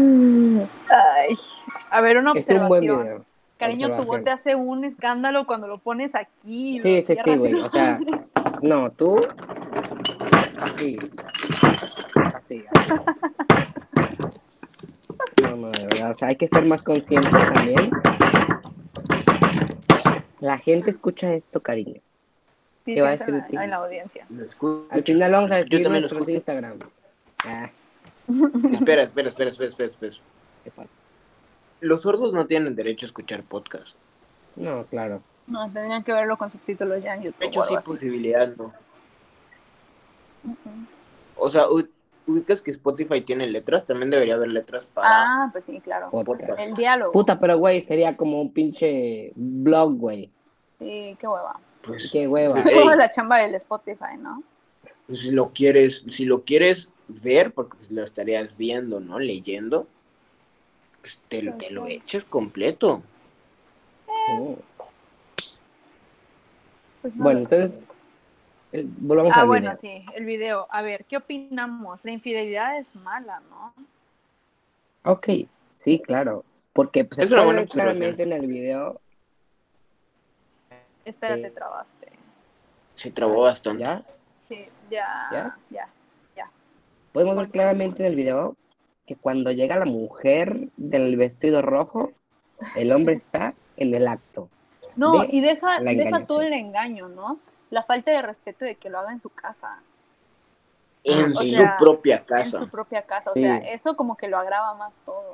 Speaker 1: Ay. A ver, una
Speaker 2: Mm. Es un buen
Speaker 1: observación.
Speaker 2: video.
Speaker 1: Cariño, tu voz
Speaker 2: observación.
Speaker 1: te hace un escándalo cuando lo pones aquí. y lo
Speaker 2: Sí, sí, sí,
Speaker 1: cierras y
Speaker 2: güey.
Speaker 1: lo-
Speaker 2: O sea, no, tú. Así. Así. así. No, no, de verdad. O sea, hay que ser más conscientes también. La gente escucha esto, cariño.
Speaker 1: Sí,
Speaker 2: ¿Qué va a
Speaker 1: piensa en
Speaker 2: decir de
Speaker 1: la-
Speaker 2: ti?
Speaker 1: en la audiencia.
Speaker 3: Lo escucho.
Speaker 2: Al final vamos a
Speaker 3: Yo
Speaker 2: decir
Speaker 3: también lo
Speaker 2: nuestros
Speaker 3: escucho.
Speaker 2: Instagrams. Ah,
Speaker 3: Espera, espera, espera, espera, espera, espera.
Speaker 2: ¿qué pasa?
Speaker 3: Los sordos no tienen derecho a escuchar podcast.
Speaker 2: No, claro.
Speaker 1: No, tendrían que verlo con subtítulos ya en YouTube.
Speaker 3: De
Speaker 1: o
Speaker 3: hecho, sí, pues.
Speaker 1: algo así.
Speaker 3: posibilidad no.
Speaker 1: Ujú.
Speaker 3: O sea, u- ubicas que Spotify tiene letras, también debería haber letras para
Speaker 1: Ah, pues sí, claro.
Speaker 2: Podcast.
Speaker 1: El diálogo.
Speaker 2: Puta, pero güey, sería como un pinche blog, güey.
Speaker 1: Sí, qué hueva.
Speaker 3: pues,
Speaker 2: Qué hueva.
Speaker 3: Ey.
Speaker 1: Como la chamba del Spotify, ¿no?
Speaker 3: pues, si lo quieres, si lo quieres ver, porque pues, lo estarías viendo, ¿no? Leyendo. pues te, te lo echas completo.
Speaker 2: Oh.
Speaker 1: Pues no
Speaker 2: Bueno,
Speaker 1: lo sé.
Speaker 2: entonces, el- volvamos
Speaker 1: Ah,
Speaker 2: al
Speaker 1: bueno,
Speaker 2: video.
Speaker 1: sí, el video. A ver, ¿qué opinamos? La infidelidad es mala, ¿no?
Speaker 2: Ok, sí, claro. Porque pues, se
Speaker 3: Es una
Speaker 2: puede
Speaker 3: buena
Speaker 2: ver
Speaker 3: observación.
Speaker 2: claramente en el video.
Speaker 1: Espérate,
Speaker 2: Eh.
Speaker 1: trabaste.
Speaker 3: Se trabó bastante.
Speaker 2: ¿Ya?
Speaker 1: Sí, ya,
Speaker 2: ¿Ya?
Speaker 1: ya.
Speaker 2: Podemos ver claramente en el video que cuando llega la mujer del vestido rojo, el hombre está en el acto.
Speaker 1: No,
Speaker 2: De
Speaker 1: y deja,
Speaker 2: la
Speaker 1: deja
Speaker 2: engañación.
Speaker 1: todo el engaño, ¿no? La falta de respeto de que lo haga en su casa,
Speaker 3: En
Speaker 1: O
Speaker 3: su
Speaker 1: sea,
Speaker 3: propia
Speaker 1: en su
Speaker 3: casa.
Speaker 1: propia casa. O
Speaker 2: Sí.
Speaker 1: sea, eso como que lo agrava más todo.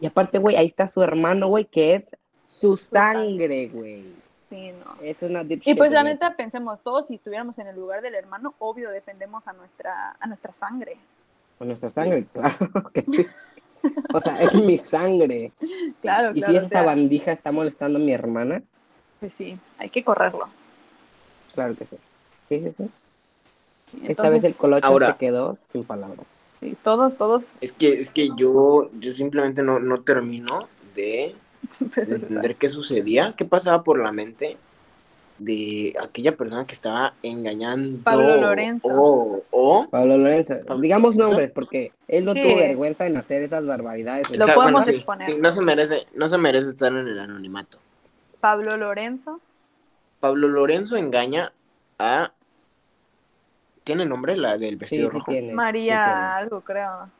Speaker 2: Y aparte, güey, ahí está su hermano, güey, que es su
Speaker 1: sangre.
Speaker 2: sangre, güey.
Speaker 1: Sí, no.
Speaker 2: Es una deep
Speaker 1: Y
Speaker 2: shit,
Speaker 1: pues la
Speaker 2: güey.
Speaker 1: neta, pensemos todos, si estuviéramos en el lugar del hermano, obvio defendemos a nuestra, a nuestra sangre.
Speaker 2: Con nuestra sangre, claro que sí. O sea, es mi sangre.
Speaker 1: Claro,
Speaker 2: y
Speaker 1: claro.
Speaker 2: si
Speaker 1: o
Speaker 2: esa
Speaker 1: sea,
Speaker 2: bandija está molestando a mi hermana,
Speaker 1: pues sí, hay que correrlo.
Speaker 2: claro que sí. Sí, sí, sí.
Speaker 1: Sí,
Speaker 2: Esta vez el
Speaker 1: entonces,
Speaker 2: colocho
Speaker 3: Ahora.
Speaker 2: se quedó sin palabras.
Speaker 1: sí, todos, todos.
Speaker 3: Es que, es que yo, yo simplemente no, no termino de, de
Speaker 1: pero se sabe.
Speaker 3: entender qué sucedía, qué pasaba por la mente de aquella persona que estaba engañando.
Speaker 1: Pablo Lorenzo.
Speaker 3: O, o
Speaker 2: Pablo Lorenzo,
Speaker 3: Pablo
Speaker 2: digamos
Speaker 3: Lorenzo.
Speaker 2: nombres, porque él no
Speaker 1: Sí.
Speaker 2: tuvo vergüenza en hacer esas barbaridades.
Speaker 1: Lo podemos exponer.
Speaker 3: sí, no, se merece, no se merece estar en el anonimato.
Speaker 1: Pablo Lorenzo.
Speaker 3: Pablo Lorenzo engaña a. ¿Tiene nombre la del
Speaker 2: Sí,
Speaker 3: vestido
Speaker 2: sí
Speaker 3: rojo?
Speaker 2: tiene.
Speaker 1: María
Speaker 2: sí
Speaker 1: algo, creo.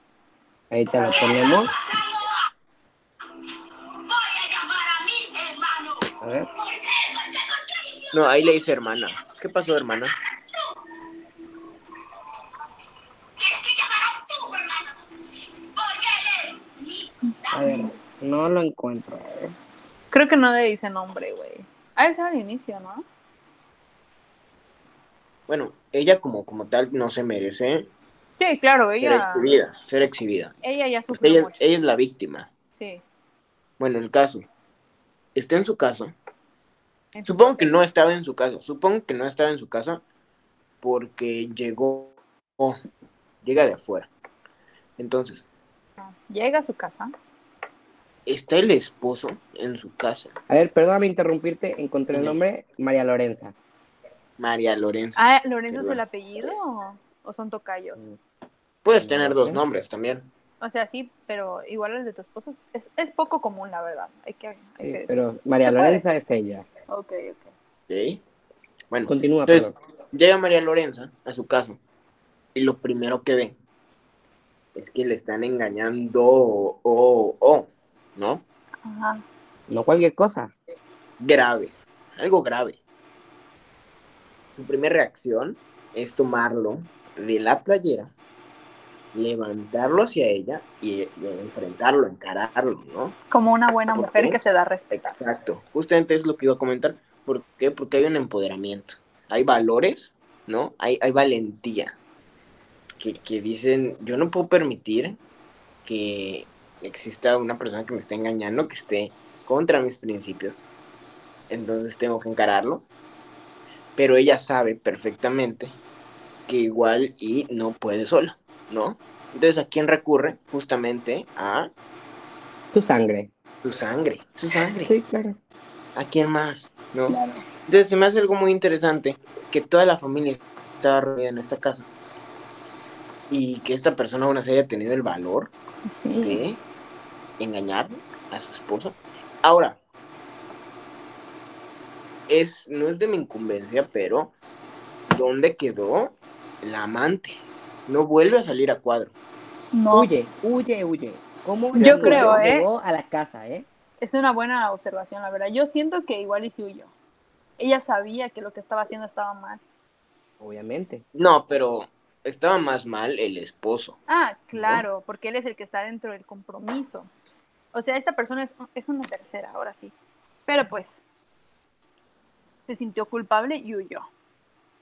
Speaker 2: tiene. Ahorita lo ponemos. A ver.
Speaker 3: No, ahí le dice hermana. ¿Qué pasó, hermana?
Speaker 2: A ver, no lo encuentro. a ver.
Speaker 1: Creo que no le dice nombre, güey. Ah, ese era el inicio, ¿no?
Speaker 3: Bueno, ella como, como tal no se merece
Speaker 1: Sí, claro,
Speaker 3: ser
Speaker 1: ella,
Speaker 3: exhibida. Ser exhibida.
Speaker 1: ella ya sufrió
Speaker 3: Ella,
Speaker 1: mucho.
Speaker 3: ella es la víctima.
Speaker 1: Sí.
Speaker 3: Bueno, el caso. Está en su casa.
Speaker 1: En su
Speaker 3: Supongo que
Speaker 1: propia-
Speaker 3: no estaba en su casa. Supongo que no estaba en su casa porque llegó. oh, llega de afuera. Entonces,
Speaker 1: Llega a su casa.
Speaker 3: está el esposo en su casa,
Speaker 2: A ver, perdóname interrumpirte. Encontré el
Speaker 3: Ok.
Speaker 2: nombre, María Lorenza.
Speaker 3: María Lorenzo.
Speaker 1: Ah, ¿Lorenzo es
Speaker 3: Perdón.
Speaker 1: el apellido o- o son tocayos?
Speaker 3: Puedes tener dos
Speaker 2: Ok.
Speaker 3: nombres también.
Speaker 1: O sea, sí, pero igual el de tu esposo es, es poco común, la verdad. Hay que... hay
Speaker 2: Sí,
Speaker 1: que-
Speaker 2: pero María
Speaker 1: Se puede.
Speaker 2: Lorenza es ella.
Speaker 1: Ok, ok.
Speaker 3: ¿ok? Bueno,
Speaker 2: Continúa,
Speaker 3: Entonces,
Speaker 2: perdón.
Speaker 3: llega María Lorenza a su casa y lo primero que ve es que le están engañando o, o, o, ¿no?
Speaker 1: Ajá.
Speaker 2: No cualquier cosa.
Speaker 3: Grave, algo grave. Su primera reacción es tomarlo de la playera, levantarlo hacia ella y, y enfrentarlo, encararlo, ¿no?
Speaker 1: Como una buena
Speaker 3: Ok.
Speaker 1: mujer que se da a respetar.
Speaker 3: Exacto, justamente es lo que iba a comentar. ¿Por qué? Porque hay un empoderamiento, hay valores, ¿no? Hay, hay valentía. Que, que dicen, yo no puedo permitir que exista una persona que me esté engañando, que esté contra mis principios. Entonces tengo que encararlo. Pero ella sabe perfectamente que igual y no puede sola, ¿no? Entonces, ¿a quién recurre? Justamente a
Speaker 2: Tu sangre.
Speaker 3: su sangre. Su sangre.
Speaker 2: Sí, claro.
Speaker 3: ¿A quién más? ¿No?
Speaker 1: Claro.
Speaker 3: Entonces se me hace algo muy interesante que toda la familia estaba reunida en esta casa y que esta persona aún así haya tenido el valor
Speaker 1: Sí.
Speaker 3: de engañar a su esposa. Ahora, es, no es de mi incumbencia, pero ¿dónde quedó la amante? No vuelve a salir a cuadro.
Speaker 1: No,
Speaker 2: Huye, huye, huye. ¿Cómo
Speaker 1: Yo
Speaker 2: llegó?
Speaker 1: creo, ¿eh?
Speaker 2: Llegó a la casa, ¿eh?
Speaker 1: es una buena observación, la verdad. Yo siento que igual y si huyó. Ella sabía que lo que estaba haciendo estaba mal.
Speaker 2: Obviamente.
Speaker 3: No, pero estaba más mal el esposo.
Speaker 1: Ah, claro, porque él es el que está dentro del compromiso. O sea, esta persona es, es una tercera, ahora sí. Pero pues, se sintió culpable y huyó.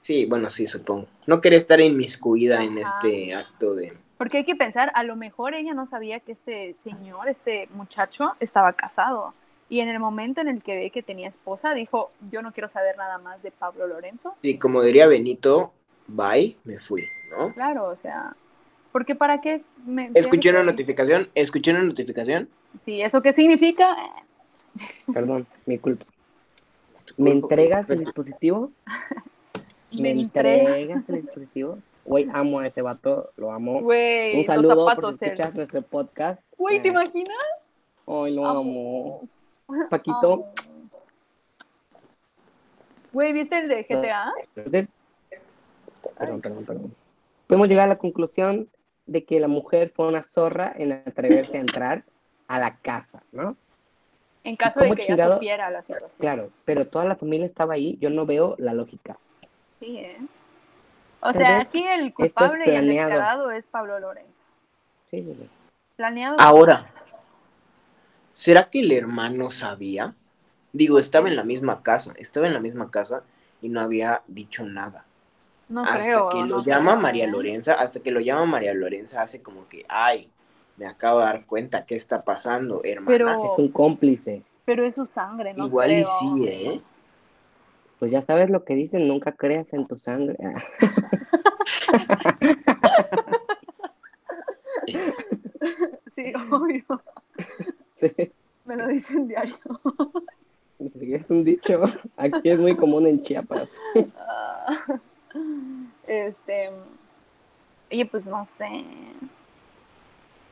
Speaker 3: Sí, bueno, sí, supongo. No quería estar inmiscuida en
Speaker 1: Ajá.
Speaker 3: este acto de...
Speaker 1: Porque hay que pensar, a lo mejor ella no sabía que este señor, este muchacho, estaba casado. Y en el momento en el que ve que tenía esposa, dijo, yo no quiero saber nada más de Pablo Lorenzo.
Speaker 3: Sí, como diría Benito, bye, me fui, ¿no?
Speaker 1: Claro, o sea, Porque para qué me
Speaker 3: Escuché una
Speaker 1: notificación.
Speaker 3: notificación, escuché una notificación.
Speaker 1: Sí, ¿eso qué significa?
Speaker 2: Perdón, mi culpa. ¿Me entregas el dispositivo?
Speaker 1: Me
Speaker 2: ¿Me
Speaker 1: entregas.
Speaker 2: entregas el dispositivo? Güey, amo a ese vato, lo amo.
Speaker 1: Güey,
Speaker 2: Un
Speaker 1: los
Speaker 2: saludo por
Speaker 1: zapatos.
Speaker 2: si escuchas
Speaker 1: el-
Speaker 2: nuestro podcast.
Speaker 1: Güey, ¿te
Speaker 2: Eh,
Speaker 1: imaginas?
Speaker 2: Ay, lo
Speaker 1: Amo.
Speaker 2: amo. Paquito,
Speaker 1: Ah. Güey, ¿viste el de GTA?
Speaker 2: entonces, perdón, perdón, perdón. Podemos llegar a la conclusión de que la mujer fue una zorra en atreverse a entrar a la casa, ¿no?
Speaker 1: En caso de
Speaker 2: ¿Cómo
Speaker 1: que ya
Speaker 2: chingado?
Speaker 1: supiera la situación.
Speaker 2: Claro, pero toda la familia estaba ahí, yo no veo la lógica.
Speaker 1: Sí, ¿eh? O
Speaker 2: Tal
Speaker 1: sea,
Speaker 2: vez
Speaker 1: aquí el
Speaker 2: es
Speaker 1: culpable y el
Speaker 2: planeado.
Speaker 1: descarado es Pablo Lorenzo.
Speaker 2: Sí, sí, sí.
Speaker 1: Planeado.
Speaker 3: Ahora, ¿será que el hermano sabía? Digo, estaba en la misma casa, estaba en la misma casa y no había dicho nada.
Speaker 1: No
Speaker 3: hasta
Speaker 1: creo.
Speaker 3: que lo
Speaker 1: no
Speaker 3: llama
Speaker 1: creo,
Speaker 3: María
Speaker 1: ¿eh?
Speaker 3: Lorenza, hasta que lo llama María Lorenza, hace como que, ay, me acabo de dar cuenta qué está pasando, hermana.
Speaker 1: Pero-
Speaker 2: Es un cómplice.
Speaker 1: Pero es su sangre, ¿no?
Speaker 3: Igual
Speaker 1: creo.
Speaker 3: y sí, ¿eh?
Speaker 2: Pues ya sabes lo que dicen, nunca creas en tu sangre. Ah,
Speaker 1: Sí, obvio.
Speaker 2: Sí,
Speaker 1: Me lo dicen diario.
Speaker 2: sí, es un dicho. Aquí es muy común en Chiapas.
Speaker 1: Ah, este. Oye, pues no sé.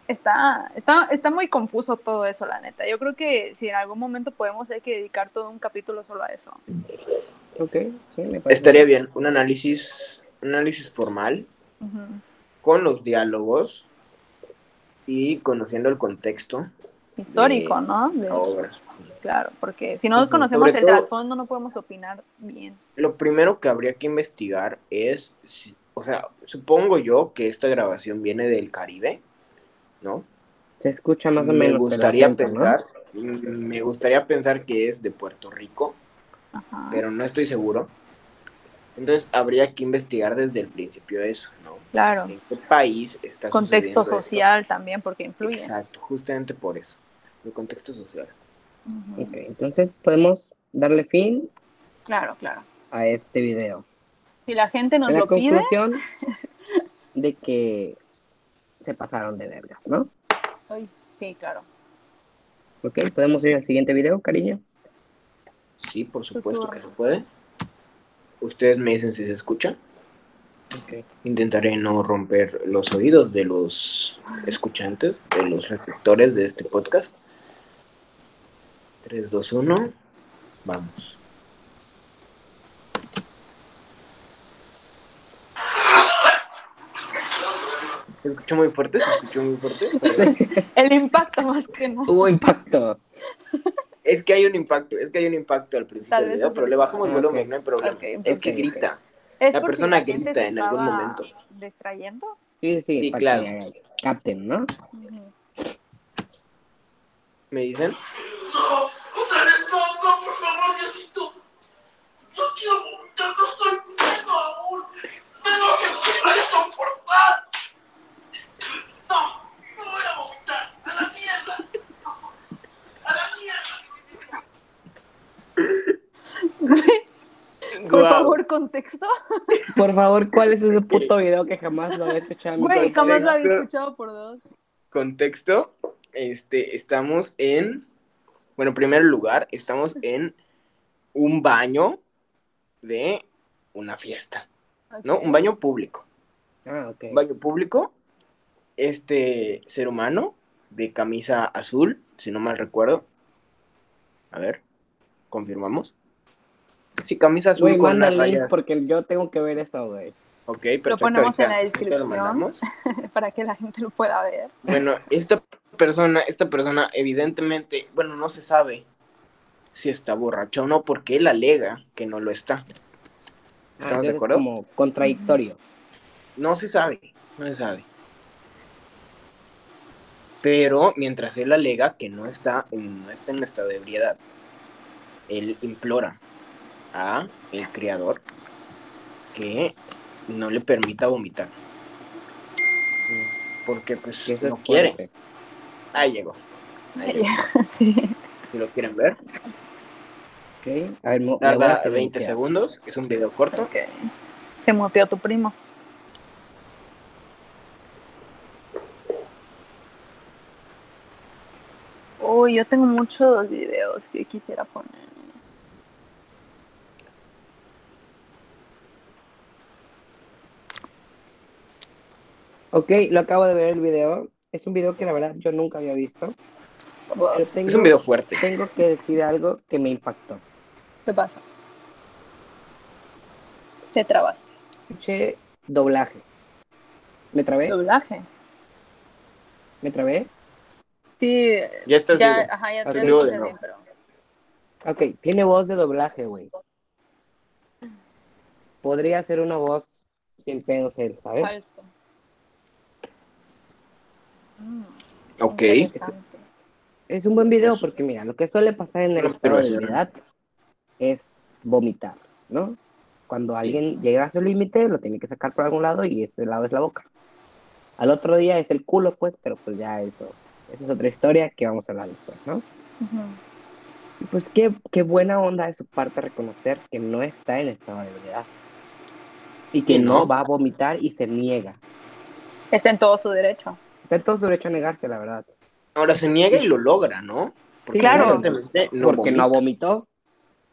Speaker 1: Está, está, está muy confuso todo eso, la neta. Yo creo que si en algún momento podemos, hay que dedicar todo un capítulo solo a eso.
Speaker 2: Ok, sí, me parece.
Speaker 3: Estaría bien, un análisis, un análisis formal,
Speaker 1: Ujú.
Speaker 3: con los diálogos y conociendo el contexto
Speaker 1: Histórico,
Speaker 3: Bien.
Speaker 1: ¿no? De-
Speaker 3: la obra.
Speaker 1: Claro, porque si no
Speaker 2: Ujú.
Speaker 1: conocemos
Speaker 3: Sobre
Speaker 1: el
Speaker 3: todo-
Speaker 1: trasfondo, no podemos opinar bien.
Speaker 3: Lo primero que habría que investigar es, si- o sea, supongo yo que esta grabación viene del Caribe, ¿no?
Speaker 2: Se escucha más o
Speaker 3: me
Speaker 2: menos. el
Speaker 3: gustaría
Speaker 2: acento, ¿no?
Speaker 3: pensar, mm, me gustaría pensar que es de Puerto Rico,
Speaker 1: Ajá.
Speaker 3: pero no estoy seguro. Entonces habría que investigar desde el principio eso, ¿no?
Speaker 2: Ah.
Speaker 1: claro.
Speaker 3: ¿En qué país está
Speaker 1: Contexto
Speaker 3: sucediendo esto?
Speaker 1: social también, porque influye.
Speaker 3: Exacto, justamente por eso, el contexto social.
Speaker 1: Ujú.
Speaker 2: Ok, entonces podemos darle fin
Speaker 1: Claro, claro.
Speaker 2: a este video.
Speaker 1: Si la gente nos
Speaker 2: en la
Speaker 1: lo pide,
Speaker 2: conclusión de que se pasaron de vergas, ¿no?
Speaker 1: Ay, sí, claro.
Speaker 2: Ok, podemos ir al siguiente video, cariño.
Speaker 3: Sí, por
Speaker 1: Tu
Speaker 3: supuesto
Speaker 1: turno.
Speaker 3: que se puede. Ustedes me dicen si se escucha.
Speaker 2: Ok.
Speaker 3: Intentaré no romper los oídos de los escuchantes, de los receptores de este podcast. 3, 2, 1. Vamos. ¿Se escuchó muy fuerte? ¿Se escuchó muy fuerte? Perdón.
Speaker 1: El impacto más que nada.
Speaker 2: Hubo impacto.
Speaker 3: Es que hay un impacto, es que hay un impacto al principio
Speaker 1: Tal
Speaker 3: del
Speaker 1: vez
Speaker 3: video,
Speaker 1: es
Speaker 3: pero
Speaker 1: el
Speaker 3: le bajamos el
Speaker 2: sonido.
Speaker 3: volumen, no hay problema.
Speaker 1: Ok,
Speaker 3: es que
Speaker 2: ok, ok.
Speaker 3: grita.
Speaker 1: Es
Speaker 3: La
Speaker 1: por si
Speaker 3: persona
Speaker 1: gente se
Speaker 3: grita en algún
Speaker 1: estaba
Speaker 3: momento.
Speaker 1: ¿Distrayendo?
Speaker 2: Sí, sí,
Speaker 3: Sí,
Speaker 2: para
Speaker 3: claro.
Speaker 2: que capten, ¿no?
Speaker 1: Ujú.
Speaker 3: ¿Me dicen?
Speaker 6: No, otra vez no, no, por favor, Diosito. No quiero vomitar, no estoy pudiendo aún. No lo que me vas a soportar. No, no voy a vomitar. A la mierda. A la mierda.
Speaker 1: Por
Speaker 3: Guau.
Speaker 1: favor, contexto.
Speaker 2: Por favor, ¿cuál es ese puto
Speaker 3: Eh,
Speaker 2: video que jamás lo había escuchado? en mi
Speaker 1: Güey,
Speaker 2: vida?
Speaker 1: jamás lo había
Speaker 3: contexto.
Speaker 1: escuchado por dos.
Speaker 3: contexto, este, estamos en, bueno, en primer lugar, estamos en un baño de una fiesta, ¿no?
Speaker 1: Ok.
Speaker 3: Un baño público.
Speaker 2: Ah,
Speaker 3: Un
Speaker 2: ok.
Speaker 3: baño público, este ser humano de camisa azul, si no mal recuerdo. A ver, confirmamos. Sí, camisa azul
Speaker 2: Güey,
Speaker 3: con
Speaker 2: manda
Speaker 3: unas
Speaker 2: el link
Speaker 3: rayas.
Speaker 2: porque yo tengo que ver eso, güey.
Speaker 3: Ok, perfecto.
Speaker 1: Lo ponemos en
Speaker 3: ahorita-
Speaker 1: la
Speaker 3: ahorita lo
Speaker 1: descripción.
Speaker 3: mandamos.
Speaker 1: Para que la gente lo pueda ver.
Speaker 3: Bueno, esta persona, esta persona evidentemente, bueno, no se sabe si está borracha o no, porque él alega que no lo está.
Speaker 2: Ah,
Speaker 3: ¿Estamos de
Speaker 2: entonces es
Speaker 3: acuerdo?
Speaker 2: como
Speaker 3: Mm,
Speaker 2: contradictorio.
Speaker 3: No se sabe, no se sabe. Pero mientras él alega que no está en, no está en estado de ebriedad, él implora a el creador que no le permita vomitar, porque pues
Speaker 2: Que eso
Speaker 3: no
Speaker 2: es
Speaker 3: quiere.
Speaker 2: fuerte.
Speaker 3: Ahí llegó. Ahí llegó.
Speaker 1: sí.
Speaker 3: Si lo quieren ver,
Speaker 2: Ok, a ver, mo- le voy a
Speaker 3: tarda 20
Speaker 2: silenciar.
Speaker 3: segundos, es un video corto.
Speaker 1: Ok. Se muteó tu primo. Uy, yo tengo muchos videos que quisiera poner.
Speaker 2: Ok, lo acabo de ver el video. Es un video que la verdad yo nunca había visto. Pero
Speaker 1: Vos,
Speaker 2: tengo,
Speaker 3: Es un video fuerte.
Speaker 2: tengo que decir algo que me impactó.
Speaker 1: ¿Qué pasa? Te trabas.
Speaker 2: Escuché doblaje. ¿Me trabé?
Speaker 1: Doblaje.
Speaker 2: ¿Me trabé?
Speaker 1: Sí,
Speaker 3: Ya estás
Speaker 1: ya,
Speaker 3: vivo.
Speaker 1: ajá, ya
Speaker 3: Estás
Speaker 1: te
Speaker 3: vivo
Speaker 1: lo
Speaker 3: de
Speaker 1: dije
Speaker 3: nuevo.
Speaker 1: bien, pero.
Speaker 2: Ok, tiene voz de doblaje, güey. Podría ser una voz sin pedos él, ¿sabes?
Speaker 1: Falso. Mm,
Speaker 3: Ok.
Speaker 1: Interesante.
Speaker 2: Es un buen video porque, mira, lo que suele pasar en el
Speaker 3: Una
Speaker 2: estado de
Speaker 3: observación.
Speaker 2: ebriedad es vomitar, ¿no? Cuando alguien llega a su límite, lo tiene que sacar por algún lado y ese lado es la boca. Al otro día es el culo, pues, pero pues ya eso. Esa es otra historia que vamos a hablar después, ¿no?
Speaker 1: Ujú.
Speaker 2: Y pues qué, qué buena onda de su parte reconocer que no está en estado de ebriedad. Y que
Speaker 3: Sí,
Speaker 2: no
Speaker 3: ¿no?
Speaker 2: va a vomitar y se niega.
Speaker 1: Está en todo su derecho.
Speaker 2: Está en todo su derecho a negarse, la verdad.
Speaker 3: Ahora se niega y lo logra, ¿no?
Speaker 2: Sí,
Speaker 3: Porque
Speaker 2: claro.
Speaker 3: evidentemente no
Speaker 2: porque no
Speaker 3: vomita.
Speaker 2: vomitó.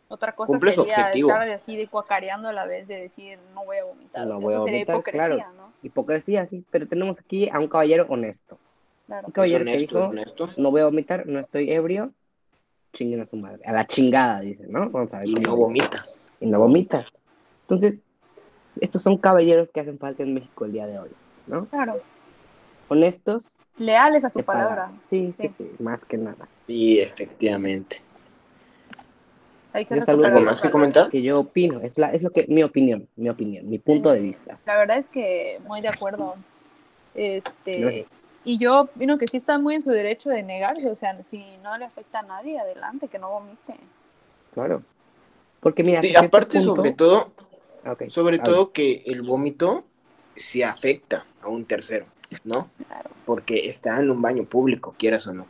Speaker 1: Otra cosa
Speaker 3: Cumple su
Speaker 1: sería
Speaker 3: objetivo.
Speaker 1: estar de así de cuacareando a la vez de decir no voy a vomitar.
Speaker 2: No
Speaker 1: O sea,
Speaker 2: voy a
Speaker 1: eso sería
Speaker 2: vomitar,
Speaker 1: hipocresía,
Speaker 2: claro.
Speaker 1: ¿no?
Speaker 2: Hipocresía, sí. Pero tenemos aquí a un caballero honesto.
Speaker 1: Claro.
Speaker 2: Un caballero
Speaker 3: Es honesto,
Speaker 2: que dijo,
Speaker 3: es honesto.
Speaker 2: no voy a vomitar, no estoy ebrio. Chinguen a su madre. A la chingada, dice, ¿no? Vamos a ver
Speaker 3: Y
Speaker 2: cómo
Speaker 3: no
Speaker 2: dice.
Speaker 3: vomita.
Speaker 2: Y no vomita. Entonces, estos son caballeros que hacen falta en México el día de hoy, ¿no?
Speaker 1: Claro.
Speaker 2: Honestos.
Speaker 1: Leales a su
Speaker 2: de palabra.
Speaker 1: palabra.
Speaker 2: Sí, sí,
Speaker 1: Sí.
Speaker 2: sí, Más que nada.
Speaker 3: Sí, efectivamente.
Speaker 1: Hay que
Speaker 2: Yo salgo
Speaker 1: recuperar
Speaker 2: con
Speaker 1: los
Speaker 2: más que
Speaker 1: valores.
Speaker 3: comentar.
Speaker 2: Que yo opino. Es, la, es lo que, mi opinión, mi opinión, mi punto de vista.
Speaker 1: La verdad es que muy de acuerdo. Este,
Speaker 2: Gracias.
Speaker 1: y yo opino que sí está muy en su derecho de negarse, o sea, si no le afecta a nadie, adelante, que no vomite.
Speaker 2: Claro. Porque mira,
Speaker 3: Sí,
Speaker 2: hasta cierto
Speaker 3: aparte,
Speaker 2: punto-
Speaker 3: sobre todo,
Speaker 2: Ah, ok,
Speaker 3: sobre
Speaker 2: habla.
Speaker 3: todo que el vómito se afecta a un tercero, ¿no?
Speaker 1: Claro.
Speaker 3: Porque está en un baño público, quieras o no.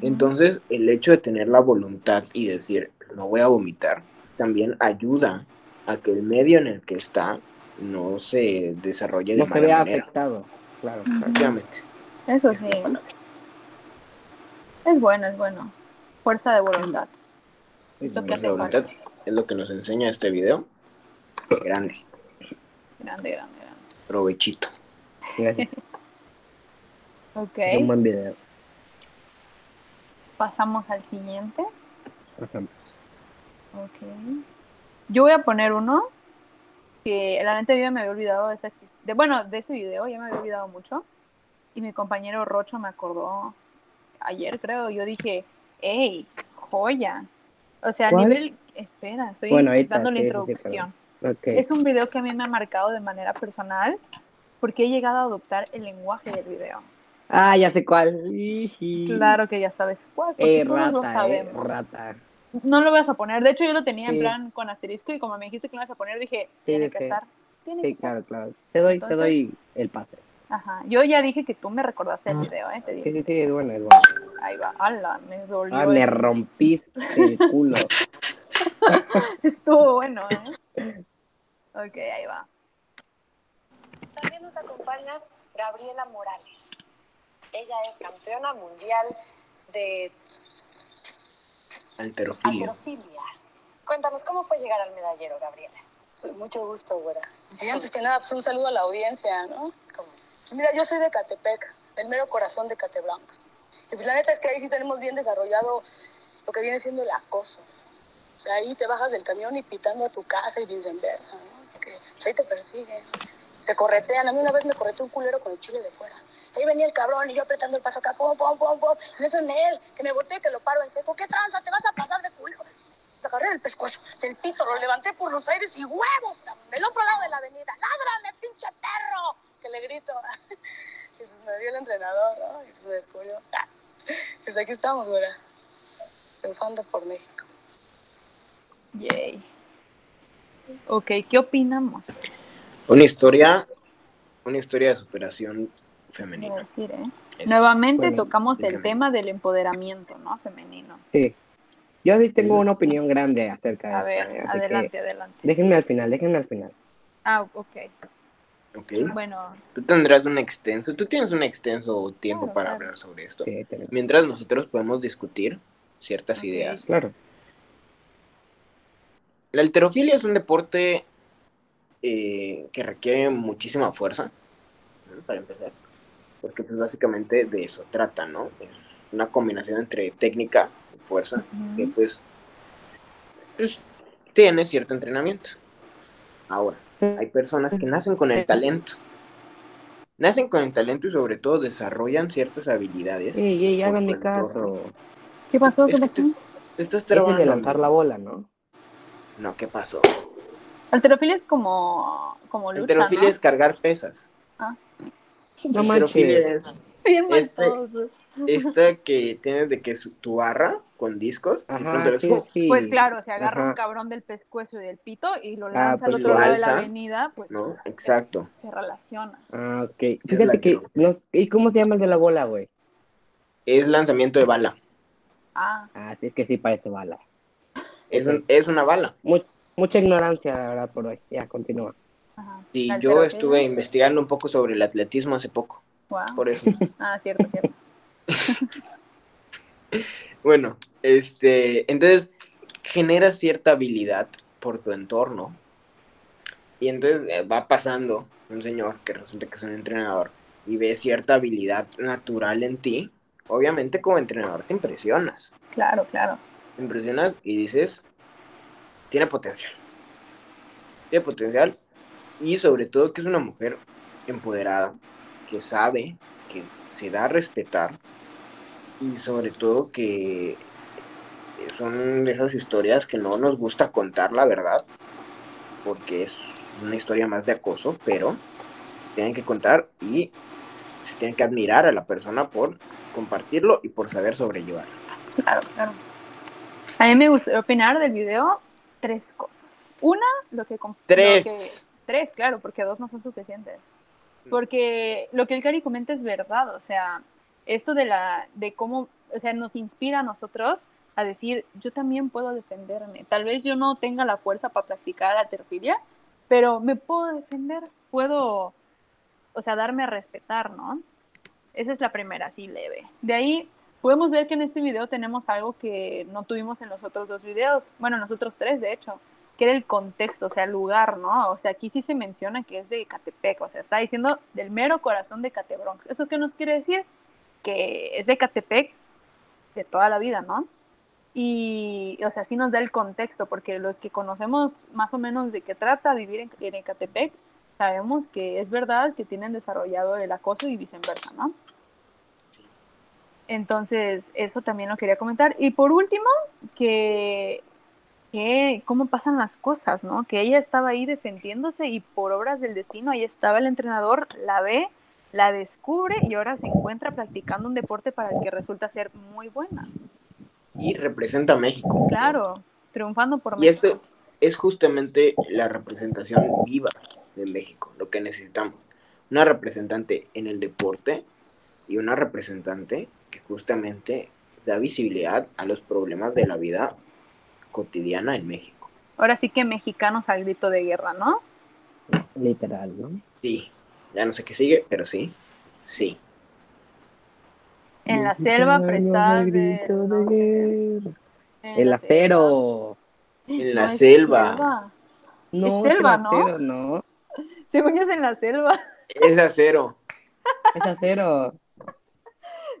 Speaker 3: Entonces, el hecho de tener la voluntad y decir, no voy a vomitar, también ayuda a que el medio en el que está no se desarrolle de
Speaker 2: no se
Speaker 3: mala
Speaker 2: vea
Speaker 3: manera.
Speaker 2: afectado. Claro,
Speaker 1: Ujú.
Speaker 2: claro.
Speaker 3: Efectivamente.
Speaker 1: Eso sí. Es bueno, es bueno. Fuerza de voluntad.
Speaker 2: Es
Speaker 1: Lo que
Speaker 2: bueno.
Speaker 1: hace
Speaker 3: La voluntad
Speaker 1: falta.
Speaker 3: es lo que nos enseña este video. Grande,
Speaker 1: Grande, grande, grande.
Speaker 3: provechito.
Speaker 2: Gracias. Es un
Speaker 1: Ok,
Speaker 2: buen video.
Speaker 1: pasamos al siguiente.
Speaker 2: Pasamos.
Speaker 1: Ok. Yo voy a poner uno que la neta yo ya me había olvidado de esa exis- de- bueno, de ese video ya me había olvidado mucho y mi compañero Rocho me acordó ayer, creo, yo dije, "Ey, joya." O sea, a
Speaker 2: ¿Cuál?
Speaker 1: nivel espera, estoy
Speaker 2: Bueno, ahorita,
Speaker 1: dando la
Speaker 2: sí, sí, sí,
Speaker 1: introducción.
Speaker 2: Ok.
Speaker 1: es un video que a mí me ha marcado de manera personal porque he llegado a adoptar el lenguaje del video.
Speaker 2: Ah, ya sé cuál. Iji.
Speaker 1: Claro que ya sabes cuál, porque
Speaker 2: Eh,
Speaker 1: todos lo
Speaker 2: rata, eh,
Speaker 1: sabemos.
Speaker 2: rata.
Speaker 1: No lo vas a poner. De hecho, yo lo tenía
Speaker 2: Sí.
Speaker 1: en plan con asterisco y como me dijiste que lo ibas a poner, dije,
Speaker 2: sí,
Speaker 1: tiene que
Speaker 2: sí.
Speaker 1: estar. Tiene que
Speaker 2: Sí,
Speaker 1: estar.
Speaker 2: claro, claro. Te doy, te
Speaker 1: Entonces-
Speaker 2: doy el pase.
Speaker 1: Ajá. Yo ya dije que tú me recordaste
Speaker 2: Ah,
Speaker 1: el video, ¿eh? Te
Speaker 2: Sí,
Speaker 1: dije,
Speaker 2: sí, sí, es bueno, es bueno.
Speaker 1: ahí va. ¡Hala! Me dolió.
Speaker 2: Ah, me
Speaker 1: eso.
Speaker 2: rompiste el culo.
Speaker 1: Estuvo bueno, ¿eh? Ok, ahí va.
Speaker 7: También nos acompaña Gabriela Morales. Ella es campeona mundial de
Speaker 3: Alterofilia.
Speaker 7: acrofilia. Cuéntanos, ¿cómo fue llegar al medallero, Gabriela?
Speaker 8: Sí, Mucho gusto, güera. Y antes que nada, pues un saludo a la audiencia, ¿no? Pues mira, yo soy de Catepec, del mero corazón de Cateblanco. Y pues la neta es que ahí sí tenemos bien desarrollado lo que viene siendo el acoso. O sea, ahí te bajas del camión y pitando a tu casa y viceversa, ¿no? Porque pues, ahí te persiguen, te corretean. A mí una vez me correteó un culero con el chile de fuera. Ahí venía el cabrón y yo apretando el paso acá, pum, pum, pum, pum. En eso en él, que me volteé y que lo paro en seco. ¿Qué tranza? ¿Te vas a pasar de culo? Lo agarré del pescuezo, del pito, lo levanté por los aires y huevos, cabrón, del otro lado de la avenida. ¡Ládrame, pinche perro! Que le grito. Y pues me vio el entrenador, ¿no? Y pues me descubrió. Pues aquí estamos, güera. Triunfando por México.
Speaker 1: Yay. Ok, ¿qué opinamos?
Speaker 3: Una historia, una historia de
Speaker 1: Eso
Speaker 3: superación
Speaker 1: iba a
Speaker 3: femenina.
Speaker 1: decir, ¿eh?
Speaker 3: Eso.
Speaker 1: Nuevamente
Speaker 2: Bueno,
Speaker 1: tocamos el
Speaker 3: dígame.
Speaker 1: tema del empoderamiento, ¿no? Femenino.
Speaker 2: Sí. Yo sí tengo una opinión grande
Speaker 3: Ah,
Speaker 2: acerca
Speaker 1: A
Speaker 2: de esto,
Speaker 1: ver,
Speaker 2: eh, así que
Speaker 1: adelante, adelante.
Speaker 2: déjenme al final, déjenme al final.
Speaker 1: Ah, ok.
Speaker 3: Ok.
Speaker 1: Bueno,
Speaker 3: Tú tendrás un extenso, tú tienes un extenso tiempo
Speaker 1: Claro,
Speaker 3: para
Speaker 1: claro.
Speaker 3: hablar sobre esto.
Speaker 2: Sí, tenés-
Speaker 3: Mientras nosotros podemos discutir ciertas
Speaker 1: Ok.
Speaker 3: ideas.
Speaker 2: Claro.
Speaker 3: La alterofilia es un deporte eh, que requiere muchísima fuerza, ¿no? para empezar. Porque pues básicamente de eso trata, ¿no? Es una combinación entre técnica y fuerza que
Speaker 1: ujú,
Speaker 3: pues, pues, tiene cierto entrenamiento. Ahora, hay personas que nacen con el talento. Nacen con el talento y sobre todo desarrollan ciertas habilidades.
Speaker 2: Ey, ey,
Speaker 3: Por
Speaker 2: háganme
Speaker 3: su
Speaker 2: caso.
Speaker 1: ¿qué pasó? ¿Qué
Speaker 3: Es que
Speaker 1: pasó?
Speaker 3: tú-
Speaker 2: Es
Speaker 3: Estás
Speaker 2: el
Speaker 3: trabajando.
Speaker 2: de lanzar la bola, ¿no?
Speaker 3: No, ¿qué pasó?
Speaker 1: Alterofilia es como, como lucha, ¿no?
Speaker 3: Enterofilia es cargar pesas.
Speaker 1: Ah.
Speaker 2: No
Speaker 3: Enterofilia
Speaker 2: manches.
Speaker 3: es
Speaker 1: Bien mal
Speaker 3: este-
Speaker 1: todos.
Speaker 3: esta que tienes de que su- tu barra con discos. y pronto
Speaker 2: Ajá,
Speaker 3: los-
Speaker 2: sí, ¡Oh! sí.
Speaker 1: Pues claro, se agarra
Speaker 2: Ajá.
Speaker 1: un cabrón del pescuezo y del pito y lo
Speaker 2: Ah,
Speaker 1: lanza
Speaker 2: pues
Speaker 1: al otro
Speaker 2: lo
Speaker 1: lado de la
Speaker 3: alza,
Speaker 1: avenida, pues
Speaker 3: ¿no?
Speaker 1: es-
Speaker 3: Exacto.
Speaker 1: se relaciona.
Speaker 2: Ah, ok.
Speaker 3: la
Speaker 2: Fíjate que.
Speaker 3: alterofilia.
Speaker 2: no- ¿Y cómo se llama el de la bola, güey?
Speaker 3: Es lanzamiento de bala.
Speaker 1: Ah,
Speaker 2: Ah, sí, es que sí parece bala.
Speaker 3: Es,
Speaker 2: Ok.
Speaker 3: un- es una bala.
Speaker 2: Mu- mucha ignorancia, la verdad, por hoy. Ya, continúa.
Speaker 1: ajá.
Speaker 3: Y
Speaker 1: La
Speaker 3: yo
Speaker 1: alterofilia.
Speaker 3: estuve investigando un poco sobre el atletismo hace poco.
Speaker 1: Guau.
Speaker 3: Por eso.
Speaker 1: Ah, cierto, cierto.
Speaker 3: Bueno, este, entonces genera cierta habilidad por tu entorno. Y entonces eh, va pasando un señor que resulta que es un entrenador y ve cierta habilidad natural en ti. Obviamente como entrenador te impresionas.
Speaker 1: Claro, claro.
Speaker 3: Te impresionas y dices, tiene potencial. Tiene potencial y sobre todo que es una mujer empoderada, que sabe, que se da a respetar y sobre todo que son de esas historias que no nos gusta contar, la verdad, porque es una historia más de acoso, pero se tienen que contar y se tienen que admirar a la persona por compartirlo y por saber sobrellevar.
Speaker 1: Claro, claro. A mí me gustaría opinar del video tres cosas. Una, lo que... com- lo que-
Speaker 3: Tres.
Speaker 1: tres, claro, porque dos no son suficientes.
Speaker 3: Mm.
Speaker 1: Porque lo que el Cari comenta es verdad, o sea, esto de la de cómo, o sea, nos inspira a nosotros a decir, yo también puedo defenderme. Tal vez yo no tenga la fuerza para practicar alterofilia, pero me puedo defender, puedo, o sea, darme a respetar, ¿no? Esa es la primera, así leve. De ahí podemos ver que en este video tenemos algo que no tuvimos en los otros dos videos, bueno, en los otros tres, de hecho, que era el contexto, o sea, el lugar, ¿no? O sea, aquí sí se menciona que es de Catepec, o sea, está diciendo del mero corazón de Catebronx. ¿Eso qué nos quiere decir? Que es de Catepec de toda la vida, ¿no? Y, o sea, sí nos da el contexto, porque los que conocemos más o menos de qué trata vivir en, en Ecatepec, sabemos que es verdad que tienen desarrollado el acoso y viceversa, ¿no? Entonces, eso también lo quería comentar. Y por último, que, que cómo pasan las cosas, ¿no? Que ella estaba ahí defendiéndose y por obras del destino, ahí estaba el entrenador, la ve, la descubre y ahora se encuentra practicando un deporte para el que resulta ser muy buena.
Speaker 3: Y representa a México.
Speaker 1: Claro, triunfando por
Speaker 3: Y
Speaker 1: México.
Speaker 3: esto es justamente la representación viva de México, lo que necesitamos. Una representante en el deporte y una representante que justamente da visibilidad a los problemas de la vida cotidiana en México.
Speaker 1: Ahora sí que mexicanos al grito de guerra, ¿no?
Speaker 2: Literal, ¿no?
Speaker 3: Sí, ya no sé qué sigue, pero sí, sí.
Speaker 1: En la selva prestada
Speaker 2: El
Speaker 1: de...
Speaker 2: grito de
Speaker 1: no sé,
Speaker 2: guerra.
Speaker 1: en
Speaker 2: El
Speaker 1: la selva.
Speaker 2: acero.
Speaker 3: En
Speaker 1: No,
Speaker 3: la
Speaker 1: es
Speaker 3: selva.
Speaker 2: No,
Speaker 1: Es
Speaker 2: el
Speaker 1: selva, ¿no?
Speaker 2: acero, no.
Speaker 1: Según yo es en la selva.
Speaker 3: Es acero.
Speaker 2: Es acero.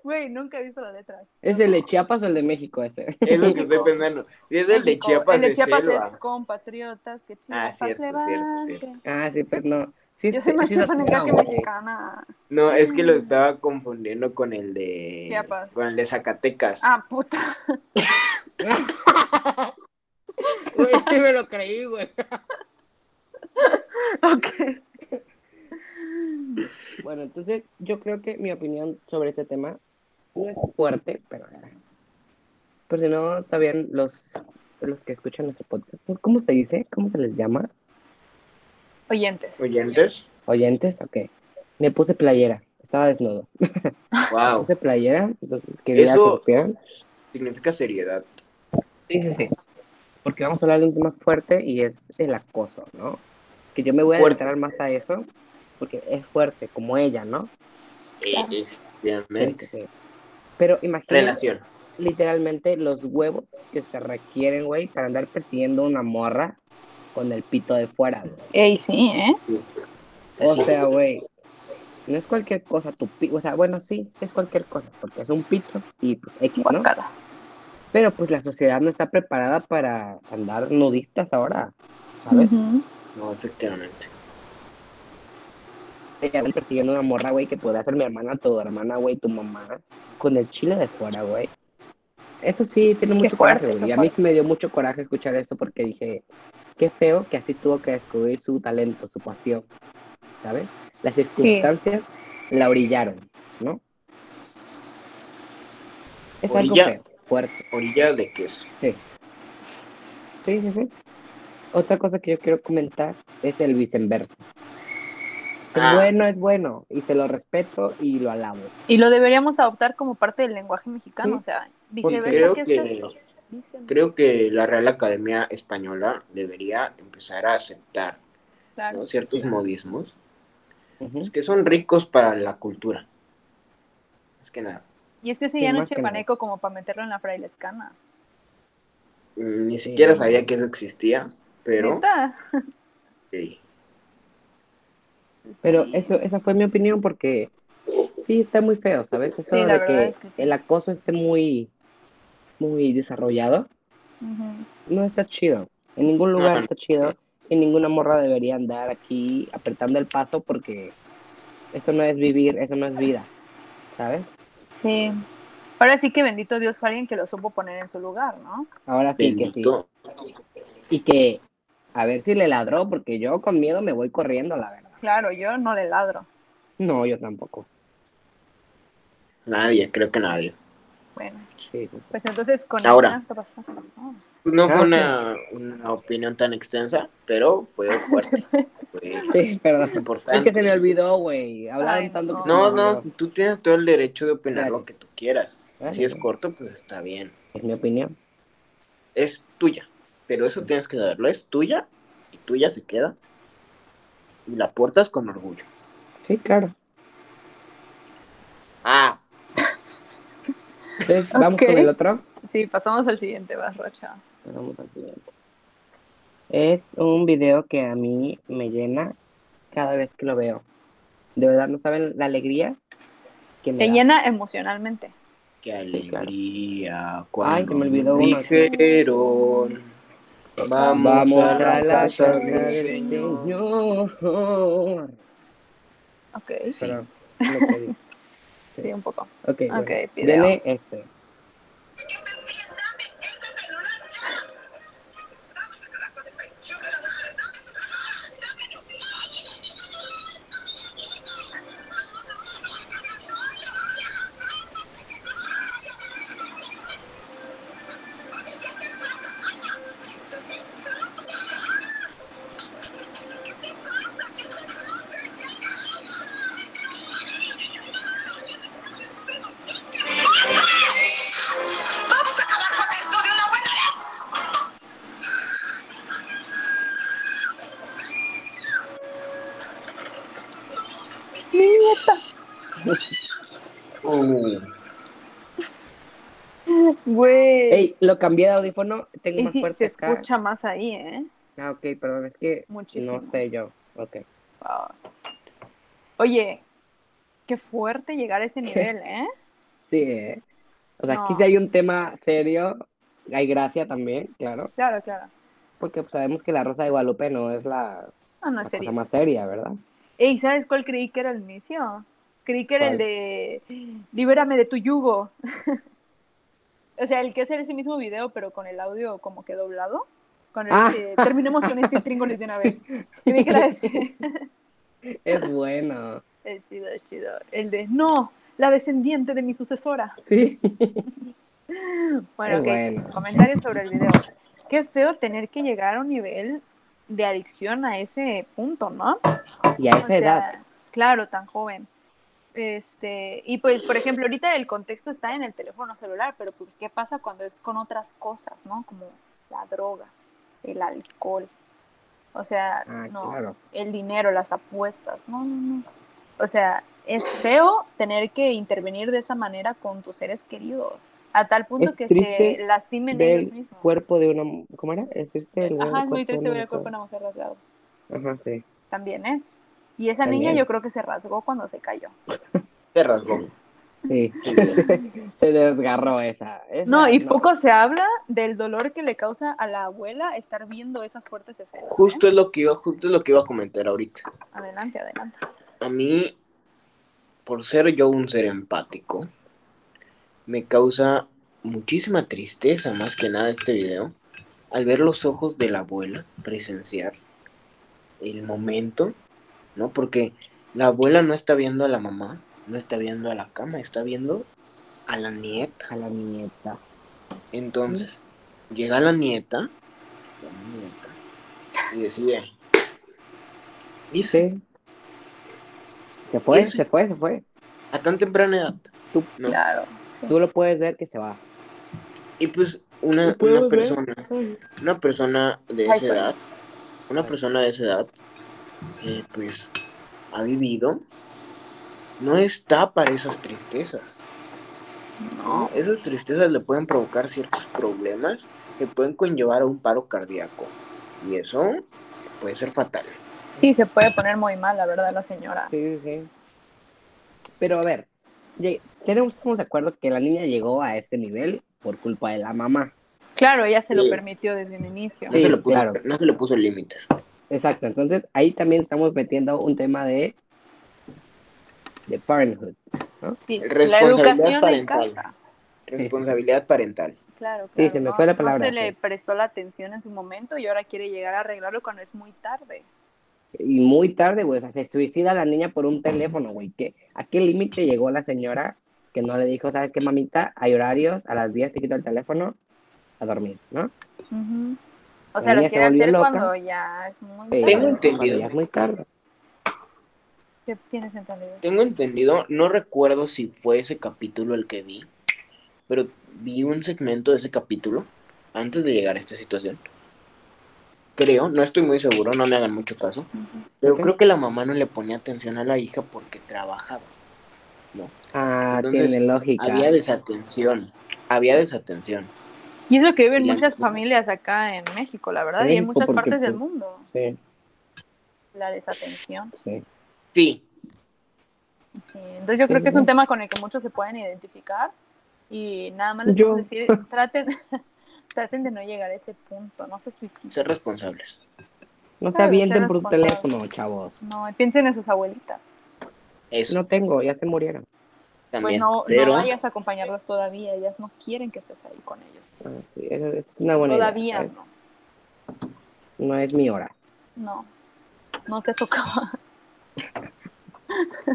Speaker 1: Güey, nunca he visto la letra.
Speaker 2: ¿Es el de Chiapas o el de México ese?
Speaker 3: Es lo que
Speaker 1: México.
Speaker 3: estoy pensando. Si Es el de
Speaker 1: México.
Speaker 3: Chiapas,
Speaker 1: El de
Speaker 3: es
Speaker 1: Chiapas
Speaker 3: selva. Ah,
Speaker 1: es compatriotas, que Chiapas
Speaker 3: cierto, cierto,
Speaker 1: levante.
Speaker 3: cierto.
Speaker 2: Ah, sí, pues no. Sí,
Speaker 1: Yo soy
Speaker 2: sí,
Speaker 1: más
Speaker 2: sí es
Speaker 1: chiapaneca
Speaker 2: acero,
Speaker 1: que
Speaker 2: güey.
Speaker 1: mexicana.
Speaker 3: No, es que lo estaba confundiendo con el de
Speaker 1: Mm. Chiapas.
Speaker 3: con el de Zacatecas.
Speaker 1: Ah, puta.
Speaker 2: Güey, sí me lo creí, güey.
Speaker 1: Ok.
Speaker 2: Bueno, entonces yo creo que mi opinión sobre este tema no es fuerte, pero por si no sabían los, los que escuchan nuestro podcast, pues, ¿cómo se dice? ¿Cómo se les llama?
Speaker 1: Oyentes.
Speaker 3: ¿Oyentes?
Speaker 2: ¿Oyentes? Ok. Me puse playera, estaba desnudo. Me
Speaker 3: Wow.
Speaker 2: puse playera, entonces quería
Speaker 3: Eso-
Speaker 2: que supieran.
Speaker 3: Significa seriedad.
Speaker 2: Sí, sí, sí. Porque vamos a hablar de un tema fuerte y es el acoso, ¿no? Que yo me voy a
Speaker 3: Fuerte.
Speaker 2: adentrar más a eso porque es fuerte, como ella, ¿no?
Speaker 1: Claro.
Speaker 3: Efectivamente.
Speaker 2: Sí, sí. Pero imagínate
Speaker 3: Relación.
Speaker 2: literalmente los huevos que se requieren, güey, para andar persiguiendo una morra con el pito de fuera, güey.
Speaker 1: Ey, sí, ¿eh?
Speaker 2: O
Speaker 3: Así.
Speaker 2: sea, güey, no es cualquier cosa tu pito, o sea, bueno, sí, es cualquier cosa, porque es un pito y pues X, ¿no?
Speaker 1: Guácala.
Speaker 2: Pero pues la sociedad no está preparada para andar nudistas ahora, ¿sabes?
Speaker 1: Ujú.
Speaker 3: No, efectivamente.
Speaker 2: Te andan persiguiendo una morra, güey, que podrá ser mi hermana, tu hermana, güey, tu mamá, con el chile de fuera, güey. Eso sí, tiene
Speaker 1: Qué
Speaker 2: mucho
Speaker 1: fuerte,
Speaker 2: coraje, güey.
Speaker 1: qué
Speaker 2: Y a mí sí me dio mucho coraje escuchar esto porque dije, qué feo que así tuvo que descubrir su talento, su pasión, ¿sabes? Las circunstancias la orillaron, ¿no? Es
Speaker 3: Orilla-
Speaker 2: algo feo, fuerte.
Speaker 3: Orilla de queso.
Speaker 2: Sí, sí, sí. Otra cosa que yo quiero comentar es el viceversa. Es
Speaker 3: Ah.
Speaker 2: bueno, es bueno, y se lo respeto y lo alabo.
Speaker 1: Y lo deberíamos adoptar como parte del lenguaje mexicano,
Speaker 2: Sí.
Speaker 1: o sea,
Speaker 2: Porque
Speaker 1: viceversa,
Speaker 3: Creo
Speaker 1: ¿qué es
Speaker 3: que,
Speaker 1: eso? Viceversa,
Speaker 3: creo que la Real Academia Española debería empezar a aceptar
Speaker 1: claro.
Speaker 3: ¿no? ciertos modismos
Speaker 2: Ujú.
Speaker 3: pues, que son ricos para la cultura. Es que nada,
Speaker 1: Y es que ese
Speaker 2: Sí,
Speaker 1: ya no
Speaker 2: más que
Speaker 1: chepaneco como para meterlo en la frailescana.
Speaker 3: mm, ni
Speaker 2: Sí.
Speaker 3: siquiera sabía que eso existía, pero...
Speaker 1: ¿Neta?
Speaker 3: sí.
Speaker 2: Pero
Speaker 1: Sí.
Speaker 2: eso, esa fue mi opinión porque sí está muy feo, ¿sabes? Eso
Speaker 1: la
Speaker 2: de
Speaker 1: verdad
Speaker 2: que,
Speaker 1: es que sí.
Speaker 2: el acoso esté muy, muy desarrollado,
Speaker 1: Ujú.
Speaker 2: no está chido. En ningún lugar
Speaker 3: no.
Speaker 2: está chido y ninguna morra debería andar aquí apretando el paso porque eso no es vivir, eso no es vida, ¿sabes?
Speaker 1: Sí. Ahora sí que bendito Dios fue alguien que lo supo poner en su lugar, ¿no?
Speaker 2: Ahora sí que sí.
Speaker 3: Bendito.
Speaker 2: Y que a ver si le ladró porque yo con miedo me voy corriendo, la verdad.
Speaker 1: Claro, yo no le ladro.
Speaker 2: No, yo tampoco.
Speaker 3: Nadie, creo que nadie.
Speaker 1: Bueno,
Speaker 2: Sí, sí.
Speaker 1: pues entonces con
Speaker 3: Ahora.
Speaker 1: Ina, ¿qué pasó? ¿Qué pasó?
Speaker 3: No
Speaker 2: Ah,
Speaker 3: fue
Speaker 2: ok.
Speaker 3: una, una opinión tan extensa, pero fue fuerte. fue
Speaker 2: Sí, perdón. Es
Speaker 3: importante.
Speaker 2: que se me olvidó, güey. Hablaron
Speaker 1: Ay,
Speaker 2: tanto que se me
Speaker 3: No,
Speaker 2: olvidó.
Speaker 3: no, tú tienes todo el derecho de opinar
Speaker 2: Gracias. Ah,
Speaker 3: lo que tú quieras.
Speaker 2: Gracias.
Speaker 3: Si es corto, pues está bien.
Speaker 2: Es mi opinión.
Speaker 3: Es tuya, pero eso tienes que saberlo. Es tuya y tuya se queda. Y la portas con orgullo.
Speaker 2: Sí, claro.
Speaker 3: Ah,
Speaker 2: Entonces, vamos
Speaker 1: Ok.
Speaker 2: con el otro.
Speaker 1: Sí, pasamos al siguiente, vas, Rocha.
Speaker 2: Vamos al siguiente. Es un video que a mí me llena cada vez que lo veo. De verdad, no saben la alegría que me
Speaker 1: Te
Speaker 2: da.
Speaker 1: llena emocionalmente.
Speaker 3: qué
Speaker 2: Sí, claro.
Speaker 3: alegría.
Speaker 2: Ay,
Speaker 3: Cuando
Speaker 2: se me
Speaker 3: me
Speaker 2: olvidó uno.
Speaker 3: dijeron, vamos,
Speaker 2: Vamos
Speaker 3: a la casa,
Speaker 1: casa
Speaker 3: del
Speaker 1: del
Speaker 3: Señor.
Speaker 2: Señor.
Speaker 1: Ok,
Speaker 3: Sí.
Speaker 2: Perdón, me perdí.
Speaker 1: sí, un poco.
Speaker 2: Ok, bueno.
Speaker 1: Ok, video.
Speaker 2: viene este.
Speaker 6: Vamos a acabar con esto de una buena vez.
Speaker 3: Oh.
Speaker 1: Güey.
Speaker 2: Ey, lo cambié de audífono. Tengo
Speaker 1: y
Speaker 2: más
Speaker 1: sí,
Speaker 2: fuerte
Speaker 1: se
Speaker 2: acá.
Speaker 1: escucha más ahí, ¿eh?
Speaker 2: Ah, ok, perdón, es que
Speaker 1: Muchísimo.
Speaker 2: no sé yo. Ok.
Speaker 1: Wow. Oye, qué fuerte llegar a ese nivel, ¿eh?
Speaker 2: Sí, ¿eh? O sea, aquí
Speaker 1: No.
Speaker 2: sí hay un tema serio. Hay gracia también, claro.
Speaker 1: Claro, claro.
Speaker 2: Porque pues, sabemos que la Rosa de Guadalupe no es la,
Speaker 1: Ah, no,
Speaker 2: la
Speaker 1: en
Speaker 2: cosa
Speaker 1: serio.
Speaker 2: más seria, ¿verdad?
Speaker 1: Ey, ¿sabes cuál creí que era el inicio? Creí que era el
Speaker 2: ¿Cuál?
Speaker 1: de Libérame de tu yugo. o sea, el que hacer ese mismo video, pero con el audio como que doblado. Con el
Speaker 2: Ah.
Speaker 1: de, terminemos con este tríngoles de una vez. Creí que era ese.
Speaker 2: Es bueno.
Speaker 1: el chido, el chido. El de no, la descendiente de mi sucesora.
Speaker 2: Sí.
Speaker 1: Bueno,
Speaker 2: Qué
Speaker 1: ok.
Speaker 2: bueno.
Speaker 1: Comentarios sobre el video. Qué feo tener que llegar a un nivel de adicción a ese punto, ¿no?
Speaker 2: Y a esa
Speaker 1: O sea,
Speaker 2: edad.
Speaker 1: Claro, tan joven. Este, y pues, por ejemplo, ahorita el contexto está en el teléfono celular, pero pues, ¿qué pasa cuando es con otras cosas, no? Como la droga, el alcohol, O sea,
Speaker 2: Ah,
Speaker 1: no.
Speaker 2: claro.
Speaker 1: El dinero, las apuestas. No, no, no. O sea, es feo tener que intervenir de esa manera con tus seres queridos. A tal punto
Speaker 2: Es
Speaker 1: que
Speaker 2: triste
Speaker 1: se lastimen ellos
Speaker 2: Del
Speaker 1: mismos.
Speaker 2: cuerpo de una. mu- ¿Cómo era? Es triste el
Speaker 1: Ajá, es muy
Speaker 2: cuerpo de
Speaker 1: triste ver
Speaker 2: una
Speaker 1: el cuerpo de
Speaker 2: mujer.
Speaker 1: una mujer rasgado.
Speaker 2: Ajá, sí.
Speaker 1: También es. Y esa niña
Speaker 2: También.
Speaker 1: yo creo que se rasgó cuando se cayó.
Speaker 3: Te rasgó.
Speaker 2: Sí. se, se desgarró esa. esa
Speaker 1: No, y poco se habla del dolor que le causa a la abuela estar viendo esas fuertes escenas. ¿eh?
Speaker 3: Justo es lo que iba, justo es lo que iba a comentar ahorita.
Speaker 1: Adelante, adelante.
Speaker 3: A mí, por ser yo un ser empático, me causa muchísima tristeza más que nada este video al ver los ojos de la abuela presenciar el momento, ¿no? Porque la abuela no está viendo a la mamá, no está viendo a la cama, está viendo a la nieta.
Speaker 2: A la nieta.
Speaker 3: Entonces, llega la nieta, la nieta, y decide, irse
Speaker 2: Sí. Se fue,
Speaker 3: Irse.
Speaker 2: se fue, se fue.
Speaker 3: a tan temprana edad,
Speaker 2: Tú,
Speaker 3: ¿no?
Speaker 1: Claro. sí.
Speaker 2: tú lo puedes ver que se va.
Speaker 3: Y pues una, una persona, una persona de
Speaker 1: Ay,
Speaker 3: esa
Speaker 1: sorry.
Speaker 3: edad, una
Speaker 2: Ay.
Speaker 3: persona de esa edad que pues ha vivido, no está para esas tristezas. ¿no? Esas tristezas le pueden provocar ciertos problemas que pueden conllevar a un paro cardíaco. Y eso puede ser fatal.
Speaker 1: Sí, se puede poner muy mal, la verdad, la señora.
Speaker 2: Sí, sí. Pero a ver, lle- tenemos, estamos de acuerdo que la niña llegó a ese nivel por culpa de la mamá.
Speaker 1: Claro, ella se lo
Speaker 3: Sí.
Speaker 1: permitió desde el inicio.
Speaker 3: No,
Speaker 2: Sí,
Speaker 3: se, le puso,
Speaker 2: claro.
Speaker 3: no se le puso límites.
Speaker 2: Exacto, entonces ahí también estamos metiendo un tema de, de parenthood.
Speaker 1: Sí, la
Speaker 3: Responsabilidad
Speaker 1: educación en
Speaker 3: parental.
Speaker 1: casa.
Speaker 3: Responsabilidad parental.
Speaker 1: Claro,
Speaker 2: Sí,
Speaker 1: claro.
Speaker 2: se me
Speaker 1: no,
Speaker 2: fue la
Speaker 1: no
Speaker 2: palabra,
Speaker 1: se le
Speaker 2: sí.
Speaker 1: prestó la atención en su momento y ahora quiere llegar a arreglarlo cuando es muy tarde.
Speaker 2: Y muy tarde, güey, o sea, se suicida la niña por un teléfono, güey. ¿Qué, ¿A qué límite llegó la señora que no le dijo, sabes qué, mamita, hay horarios, a las 10 te quito el teléfono, a dormir, ¿no?
Speaker 1: Ujú. O
Speaker 2: La
Speaker 1: sea, lo
Speaker 2: niña se
Speaker 1: quiere
Speaker 2: volvió
Speaker 1: hacer
Speaker 2: loca.
Speaker 1: cuando ya es muy
Speaker 2: Sí,
Speaker 3: Tengo
Speaker 1: tarde.
Speaker 2: cuando, cuando
Speaker 3: entendido.
Speaker 2: ya es muy tarde.
Speaker 1: ¿Qué tienes entendido?
Speaker 3: Tengo entendido, no recuerdo si fue ese capítulo el que vi, pero vi un segmento de ese capítulo antes de llegar a esta situación. Creo, no estoy muy seguro, no me hagan mucho caso,
Speaker 1: Ujú.
Speaker 3: pero
Speaker 2: Ok.
Speaker 3: creo que la mamá no le ponía atención a la hija porque trabajaba.
Speaker 2: Ah,
Speaker 3: Entonces,
Speaker 2: tiene lógica.
Speaker 3: Había desatención, había desatención.
Speaker 1: Y es lo que viven
Speaker 3: Y la-
Speaker 1: muchas familias acá en México, la verdad,
Speaker 2: En
Speaker 1: y en
Speaker 2: México,
Speaker 1: muchas
Speaker 2: porque,
Speaker 1: partes del
Speaker 2: pues,
Speaker 1: mundo.
Speaker 2: Sí,
Speaker 1: La desatención.
Speaker 2: sí.
Speaker 3: Sí,
Speaker 1: Sí, entonces yo creo que es un tema con el que muchos se pueden identificar y nada más les
Speaker 2: Yo.
Speaker 1: podemos decir, traten, traten de no llegar a ese punto, no se suiciden.
Speaker 3: ser responsables.
Speaker 2: No se
Speaker 1: Claro,
Speaker 2: avienten
Speaker 1: ser
Speaker 2: por un
Speaker 1: responsables.
Speaker 2: teléfono, chavos.
Speaker 1: No, y piensen en sus abuelitas.
Speaker 3: Eso
Speaker 2: No tengo, ya se murieron.
Speaker 1: Pues
Speaker 3: también.
Speaker 1: no,
Speaker 3: pero
Speaker 1: no vayas a acompañarlas todavía, ellas no quieren que estés ahí con ellos.
Speaker 2: Ah, sí, eso es una buena idea,
Speaker 1: Todavía
Speaker 2: ¿sabes?
Speaker 1: no,
Speaker 2: No es mi hora.
Speaker 1: no, no te tocaba.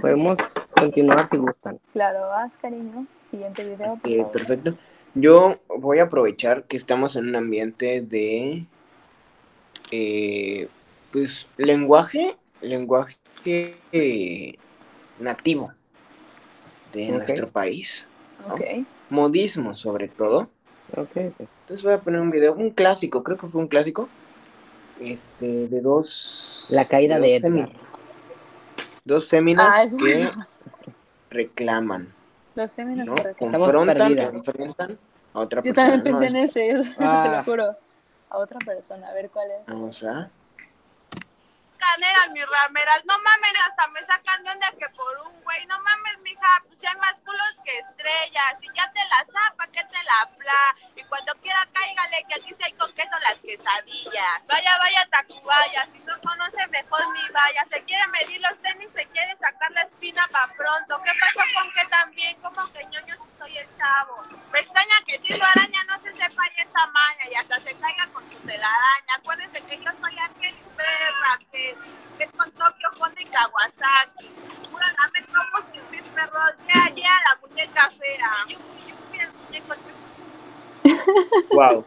Speaker 2: Podemos continuar si gustan.
Speaker 1: Claro, vas cariño, siguiente video.
Speaker 2: Ah,
Speaker 1: por
Speaker 2: pues,
Speaker 3: este,
Speaker 1: favor.
Speaker 3: perfecto. Yo voy a aprovechar que estamos en un ambiente de eh, pues lenguaje, lenguaje eh, nativo de
Speaker 2: Ok.
Speaker 3: nuestro país.
Speaker 1: Ok,
Speaker 3: Modismo sobre todo.
Speaker 2: Ok.
Speaker 3: Entonces voy a poner un video, un clásico, creo que fue un clásico. Este, de dos.
Speaker 2: La caída
Speaker 3: dos
Speaker 2: de Edgar.
Speaker 3: féminas. Dos féminas
Speaker 1: Ah, es
Speaker 3: que
Speaker 1: bueno.
Speaker 3: reclaman,
Speaker 1: los féminas
Speaker 3: ¿no?
Speaker 1: que reclaman.
Speaker 2: Estamos
Speaker 3: Confrontan,
Speaker 2: perdidas.
Speaker 3: confrontan a otra
Speaker 1: Yo
Speaker 3: persona.
Speaker 1: también pensé en
Speaker 3: ¿no?
Speaker 1: ese, te lo
Speaker 2: Ah.
Speaker 1: juro. A otra persona, a ver cuál es.
Speaker 3: Vamos a.
Speaker 9: caneras, mis rameras, no mames, hasta me sacan de onda que por un güey, no mames, mija, pues hay más culos que estrellas, y ya te la zapa, que te la pla, y cuando quiera cáigale, que aquí sí hay con queso las quesadillas. Vaya, vaya, Tacubaya, si no conoce mejor ni vaya, se quiere medir los tenis, se quiere sacar la espina para pronto, ¿qué pasó con que también? Como que ñoño si soy el chavo? Me extraña que si lo araña no se sepa y esta maña, y hasta se caiga con su telaraña, acuérdense que yo soy aquel perra que que es con Tokio, Honda y Kawasaki. Pura dame tromos que mis perros, ya, ya, la muñeca fea. Yupi, yupi, el muñeco, yupi.
Speaker 3: ¡Wow!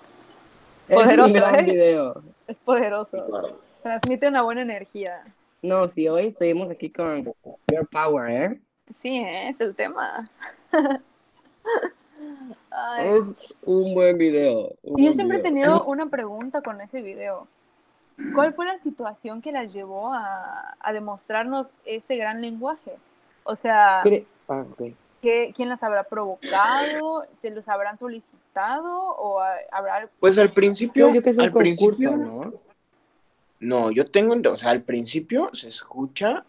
Speaker 1: Poderoso,
Speaker 2: es un gran
Speaker 1: ¿eh?
Speaker 2: video.
Speaker 1: Es poderoso. Transmite una buena energía.
Speaker 2: No, si hoy estuvimos aquí con Girl Power, ¿eh?
Speaker 1: Sí, ¿eh? es el tema. Ay.
Speaker 2: Es un buen video. un
Speaker 1: Y yo
Speaker 2: buen
Speaker 1: siempre he
Speaker 2: video.
Speaker 1: tenido una pregunta con ese video. ¿Cuál fue la situación que las llevó a, a demostrarnos ese gran lenguaje? O sea,
Speaker 2: Mire, ah, ok.
Speaker 1: ¿qué- ¿quién las habrá provocado? ¿Se los habrán solicitado? ¿O a- habrá
Speaker 3: Pues al principio,
Speaker 2: Yo, yo que es un
Speaker 3: al
Speaker 2: concurso,
Speaker 3: principio,
Speaker 2: ¿no?
Speaker 3: no, yo tengo, o sea, al principio se escucha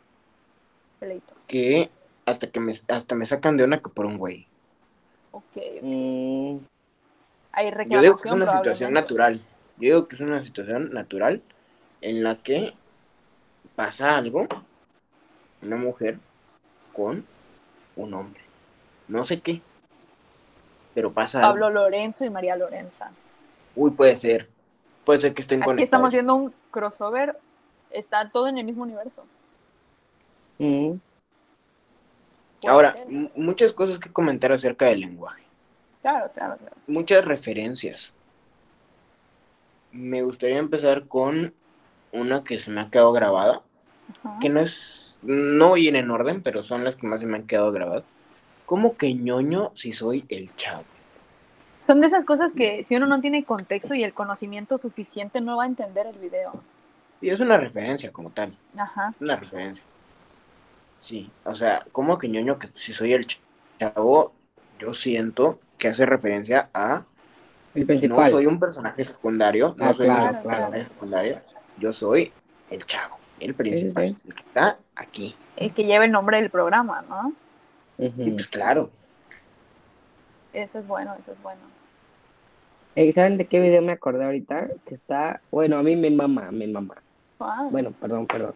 Speaker 1: pleito?
Speaker 3: que hasta que me, hasta me sacan de una que por un güey.
Speaker 1: Ok,
Speaker 2: Mm,
Speaker 1: hay
Speaker 3: Yo
Speaker 1: reclamación
Speaker 3: digo que es una situación
Speaker 1: probablemente.
Speaker 3: natural. Yo digo que es una situación natural en la que pasa algo, una mujer con un hombre. No sé qué, pero pasa
Speaker 1: Pablo
Speaker 3: algo.
Speaker 1: Lorenzo y María Lorenza.
Speaker 3: Uy, puede ser. Puede ser que estén
Speaker 1: Aquí
Speaker 3: conectados.
Speaker 1: estamos viendo un crossover. Está todo en el mismo universo.
Speaker 2: mm.
Speaker 1: Puede
Speaker 3: Ahora,
Speaker 1: ser.
Speaker 3: mu- muchas cosas que comentar acerca del lenguaje.
Speaker 1: Claro, claro, claro.
Speaker 3: Muchas referencias. Me gustaría empezar con una que se me ha quedado grabada.
Speaker 1: Ajá.
Speaker 3: que no es, no viene en orden, pero son las que más se me han quedado grabadas. ¿Cómo que ñoño si soy el chavo?
Speaker 1: Son de esas cosas que si uno no tiene contexto y el conocimiento suficiente no va a entender el video.
Speaker 3: Y es una referencia como tal,
Speaker 1: Ajá.
Speaker 3: una referencia. Sí, o sea, ¿cómo que ñoño que si soy el ch- chavo? Yo siento que hace referencia a
Speaker 2: El
Speaker 3: no
Speaker 2: principal.
Speaker 3: soy un personaje secundario, no
Speaker 2: Ah,
Speaker 3: soy un
Speaker 2: claro,
Speaker 1: claro.
Speaker 3: personaje secundario, yo soy el chavo, el principal,
Speaker 2: sí.
Speaker 3: el que está aquí.
Speaker 1: El que lleva el nombre del programa, ¿no?
Speaker 3: Y
Speaker 2: Ujú.
Speaker 3: pues claro,
Speaker 1: Eso es bueno, eso es bueno.
Speaker 2: Ey, Eh, ¿Saben de qué video me acordé ahorita? Que está, bueno, a mí me mama, me mama.
Speaker 1: Wow.
Speaker 2: Bueno, perdón, perdón.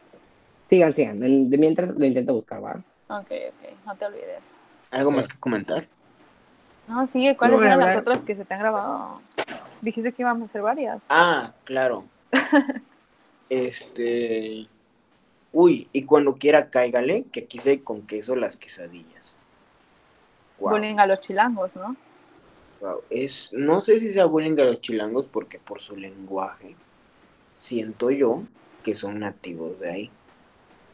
Speaker 2: Sigan, sigan. En- de mientras lo intento buscar, ¿va?
Speaker 1: Ok, ok, no te olvides.
Speaker 3: algo más que comentar.
Speaker 1: No, sigue, ¿cuáles
Speaker 2: No, la
Speaker 1: eran las
Speaker 2: verdad-
Speaker 1: otras que se te han grabado? Dijiste que íbamos a hacer varias.
Speaker 3: Ah, claro. Este. Uy, y cuando quiera cáigale, que aquí se con queso las quesadillas. Guau,
Speaker 1: Bullying a los chilangos, ¿no?
Speaker 3: guau. Es, no sé si sea bullying de los chilangos, porque por su lenguaje siento yo que son nativos de ahí.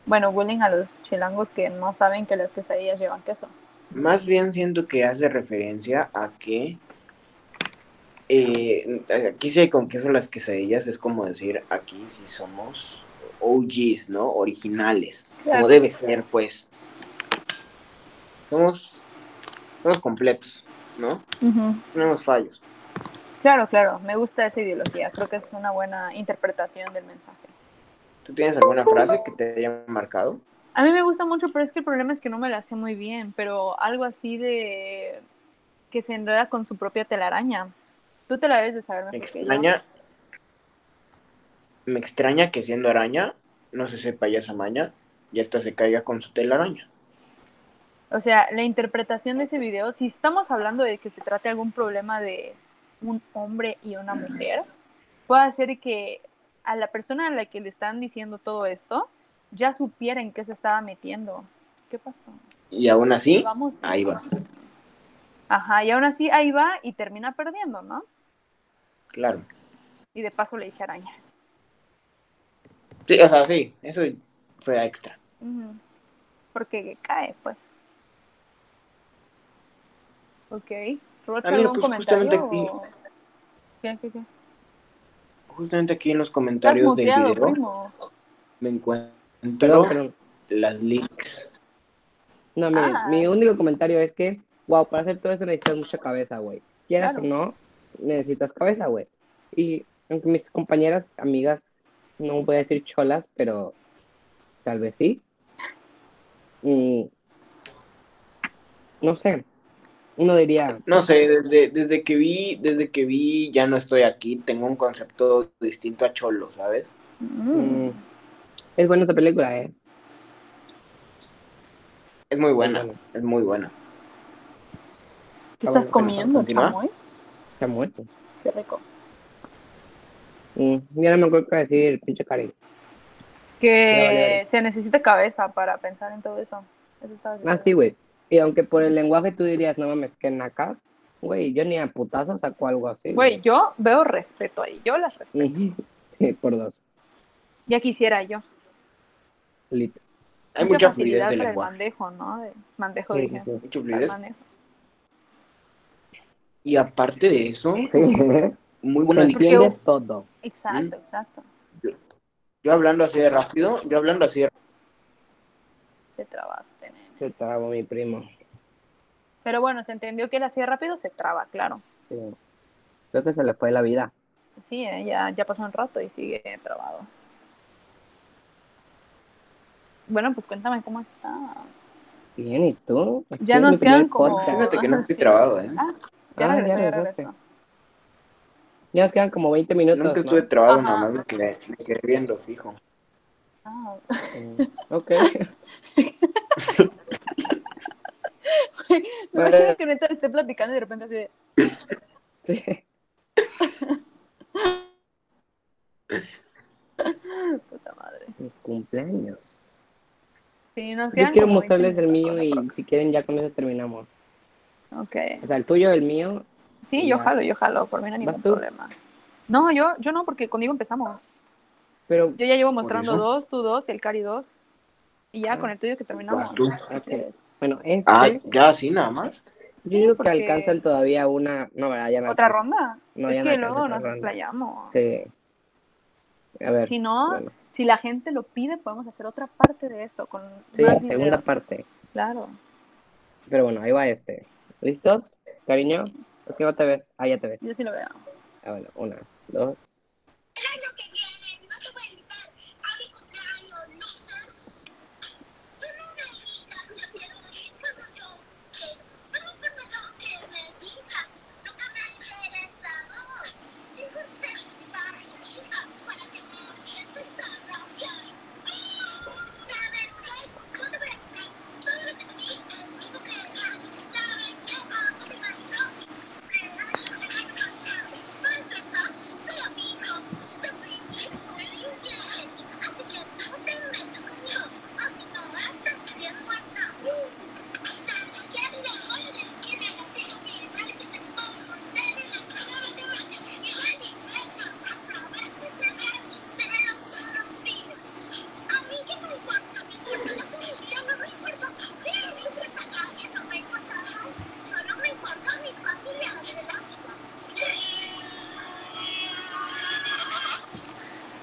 Speaker 1: Bueno, bullying a los chilangos que no saben que las quesadillas llevan queso.
Speaker 3: Más bien siento que hace referencia a que eh, aquí se con queso las quesadillas es como decir aquí si somos OGs, ¿no? Originales. Como debe ser, pues. Somos, somos completos, ¿no?
Speaker 1: Ujú.
Speaker 3: Tenemos fallos.
Speaker 1: Claro, claro, me gusta esa ideología. Creo que es una buena interpretación del mensaje.
Speaker 3: ¿Tú tienes alguna frase que te haya marcado?
Speaker 1: A mí me gusta mucho, pero es que el problema es que no me la sé muy bien, pero algo así de que se enreda con su propia telaraña. Tú te la debes de saber
Speaker 3: Me
Speaker 1: mejor que yo.
Speaker 3: extraña. Me extraña que siendo araña, no se sepa ya esa maña, y hasta se caiga con su telaraña.
Speaker 1: O sea, la interpretación de ese video, si estamos hablando de que se trate algún problema de un hombre y una mujer, puede hacer que a la persona a la que le están diciendo todo esto ya supiera en qué se estaba metiendo. ¿Qué pasó?
Speaker 3: Y aún así,
Speaker 1: Vamos.
Speaker 3: ahí va.
Speaker 1: Ajá, y aún así ahí va y termina perdiendo, ¿no?
Speaker 3: Claro.
Speaker 1: Y de paso le dice araña.
Speaker 3: Sí, o sea, sí, eso fue extra.
Speaker 1: Ujú. Porque cae, pues. Ok. Rocha,
Speaker 3: Ah, mira,
Speaker 1: ¿algún
Speaker 3: pues,
Speaker 1: comentario?
Speaker 3: justamente
Speaker 1: o- ¿Qué, qué, qué?
Speaker 3: Justamente aquí en los
Speaker 1: Estás
Speaker 3: comentarios del
Speaker 1: muteado,
Speaker 3: video
Speaker 1: primo.
Speaker 3: me encuentro
Speaker 2: Perdón, perdón.
Speaker 3: las links.
Speaker 2: No, miren,
Speaker 1: Ah.
Speaker 2: mi único comentario es que, wow, para hacer todo eso necesitas mucha cabeza, güey. Quieras
Speaker 1: Claro.
Speaker 2: o no, necesitas cabeza, güey. Y aunque mis compañeras, amigas, no voy a decir cholas, pero tal vez sí. Mm, no sé. Uno diría,
Speaker 3: No sé, desde, desde que vi, desde que vi ya no estoy aquí, tengo un concepto distinto a Cholo, ¿sabes?
Speaker 1: Mm.
Speaker 2: mm, es buena esa película, ¿eh?
Speaker 3: Es muy buena,
Speaker 2: Bueno.
Speaker 3: es muy buena.
Speaker 1: ¿Qué
Speaker 2: Ah,
Speaker 1: estás
Speaker 2: bueno,
Speaker 1: comiendo,
Speaker 3: continúa.
Speaker 1: chamoy?
Speaker 2: Está muerto.
Speaker 1: Qué rico.
Speaker 2: Mm, ya no me acuerdo qué decir, pinche Karim. Ya valió,
Speaker 1: Que
Speaker 2: vale.
Speaker 1: se necesita cabeza para pensar en todo eso. Eso está bien.
Speaker 2: Ah, sí, güey. Y aunque por el lenguaje tú dirías, no mames, que nacas, güey, yo ni a putazo saco algo así.
Speaker 1: Güey, yo veo respeto ahí. Yo las
Speaker 3: Mm.
Speaker 1: respeto.
Speaker 2: Ujú. Sí, por dos.
Speaker 1: Ya quisiera yo.
Speaker 2: Lit.
Speaker 3: Hay mucha, fluidez
Speaker 1: facilidad
Speaker 3: de
Speaker 1: para el
Speaker 3: lenguaje.
Speaker 1: mandejo, ¿no? De- mandejo,
Speaker 2: Sí,
Speaker 1: dije.
Speaker 2: sí,
Speaker 3: Mucha
Speaker 1: Para
Speaker 3: fluidez.
Speaker 1: manejo.
Speaker 3: Y aparte de eso,
Speaker 2: sí. Sí.
Speaker 3: muy
Speaker 2: Se
Speaker 3: buena
Speaker 2: entiende
Speaker 3: dicción.
Speaker 2: todo.
Speaker 1: Exacto, exacto.
Speaker 3: Yo hablando así de rápido, yo hablando así de
Speaker 1: Te trabaste, nene.
Speaker 2: Se trabó mi primo.
Speaker 1: Pero bueno, se entendió que él hacía rápido, se traba, claro.
Speaker 2: Sí. Creo que se le fue la vida.
Speaker 1: Sí, eh, ya, ya pasó un rato y sigue trabado. Bueno, pues cuéntame cómo estás.
Speaker 2: Bien, ¿y tú? Aquí
Speaker 1: Ya
Speaker 2: es
Speaker 1: nos
Speaker 2: mi primer
Speaker 1: quedan como-
Speaker 2: podcast.
Speaker 3: Fíjate que no estoy
Speaker 1: Oh, Sí.
Speaker 3: trabado, ¿eh?
Speaker 1: Ah, ya
Speaker 2: Ah, ya
Speaker 1: regresó, ya
Speaker 2: regresaste.
Speaker 1: regresó.
Speaker 2: Ya nos quedan como 20 minutos,
Speaker 3: Nunca
Speaker 2: ¿no?
Speaker 3: estuve trabado,
Speaker 1: Ajá.
Speaker 3: nada más me quedé, me quedé viendo fijo.
Speaker 1: Ah,
Speaker 2: Mm, Ok.
Speaker 1: me
Speaker 2: Bueno.
Speaker 1: imagino que neta esté platicando y de repente así de,
Speaker 2: Sí.
Speaker 1: puta madre.
Speaker 2: Mis cumpleaños.
Speaker 1: Sí, nos
Speaker 2: Yo
Speaker 1: quedan
Speaker 2: quiero
Speaker 1: como 20
Speaker 2: mostrarles el
Speaker 1: minutos
Speaker 2: mío y
Speaker 1: aprox.
Speaker 2: si quieren ya con eso terminamos. O
Speaker 1: Ok.
Speaker 2: sea, el tuyo, el mío.
Speaker 1: Sí, yo
Speaker 2: Ya.
Speaker 1: jalo, yo jalo, por mí no hay
Speaker 2: ¿Vas
Speaker 1: ningún
Speaker 2: tú?
Speaker 1: problema. No, yo, yo no, porque conmigo empezamos.
Speaker 2: Pero,
Speaker 1: Yo ya llevo mostrando
Speaker 3: eso?
Speaker 1: dos, tú dos, el Cari dos. Y ya con el tuyo que terminamos.
Speaker 3: Vas tú.
Speaker 1: si
Speaker 2: Ah. ok.
Speaker 1: quieres.
Speaker 2: Bueno, este,
Speaker 3: Ah, ya así nada más.
Speaker 2: yo digo
Speaker 1: porque-
Speaker 2: que alcanzan todavía una. No, ¿verdad? Ya no
Speaker 1: ¿Otra
Speaker 2: alcanza.
Speaker 1: ronda?
Speaker 2: No,
Speaker 1: es
Speaker 2: ya
Speaker 1: que
Speaker 2: no alcanza
Speaker 1: luego
Speaker 2: otra
Speaker 1: nos
Speaker 2: ronda.
Speaker 1: explayamos.
Speaker 2: Sí. A ver.
Speaker 1: Si no,
Speaker 2: bueno,
Speaker 1: si la gente lo pide, podemos hacer otra parte de esto con
Speaker 2: sí,
Speaker 1: más
Speaker 2: segunda
Speaker 1: videos.
Speaker 2: parte.
Speaker 1: Claro.
Speaker 2: Pero bueno, ahí va este. ¿Listos? Cariño. Es que no te ves. Ah, ya te ves.
Speaker 1: Yo sí lo veo.
Speaker 2: Ah, bueno. Una, dos.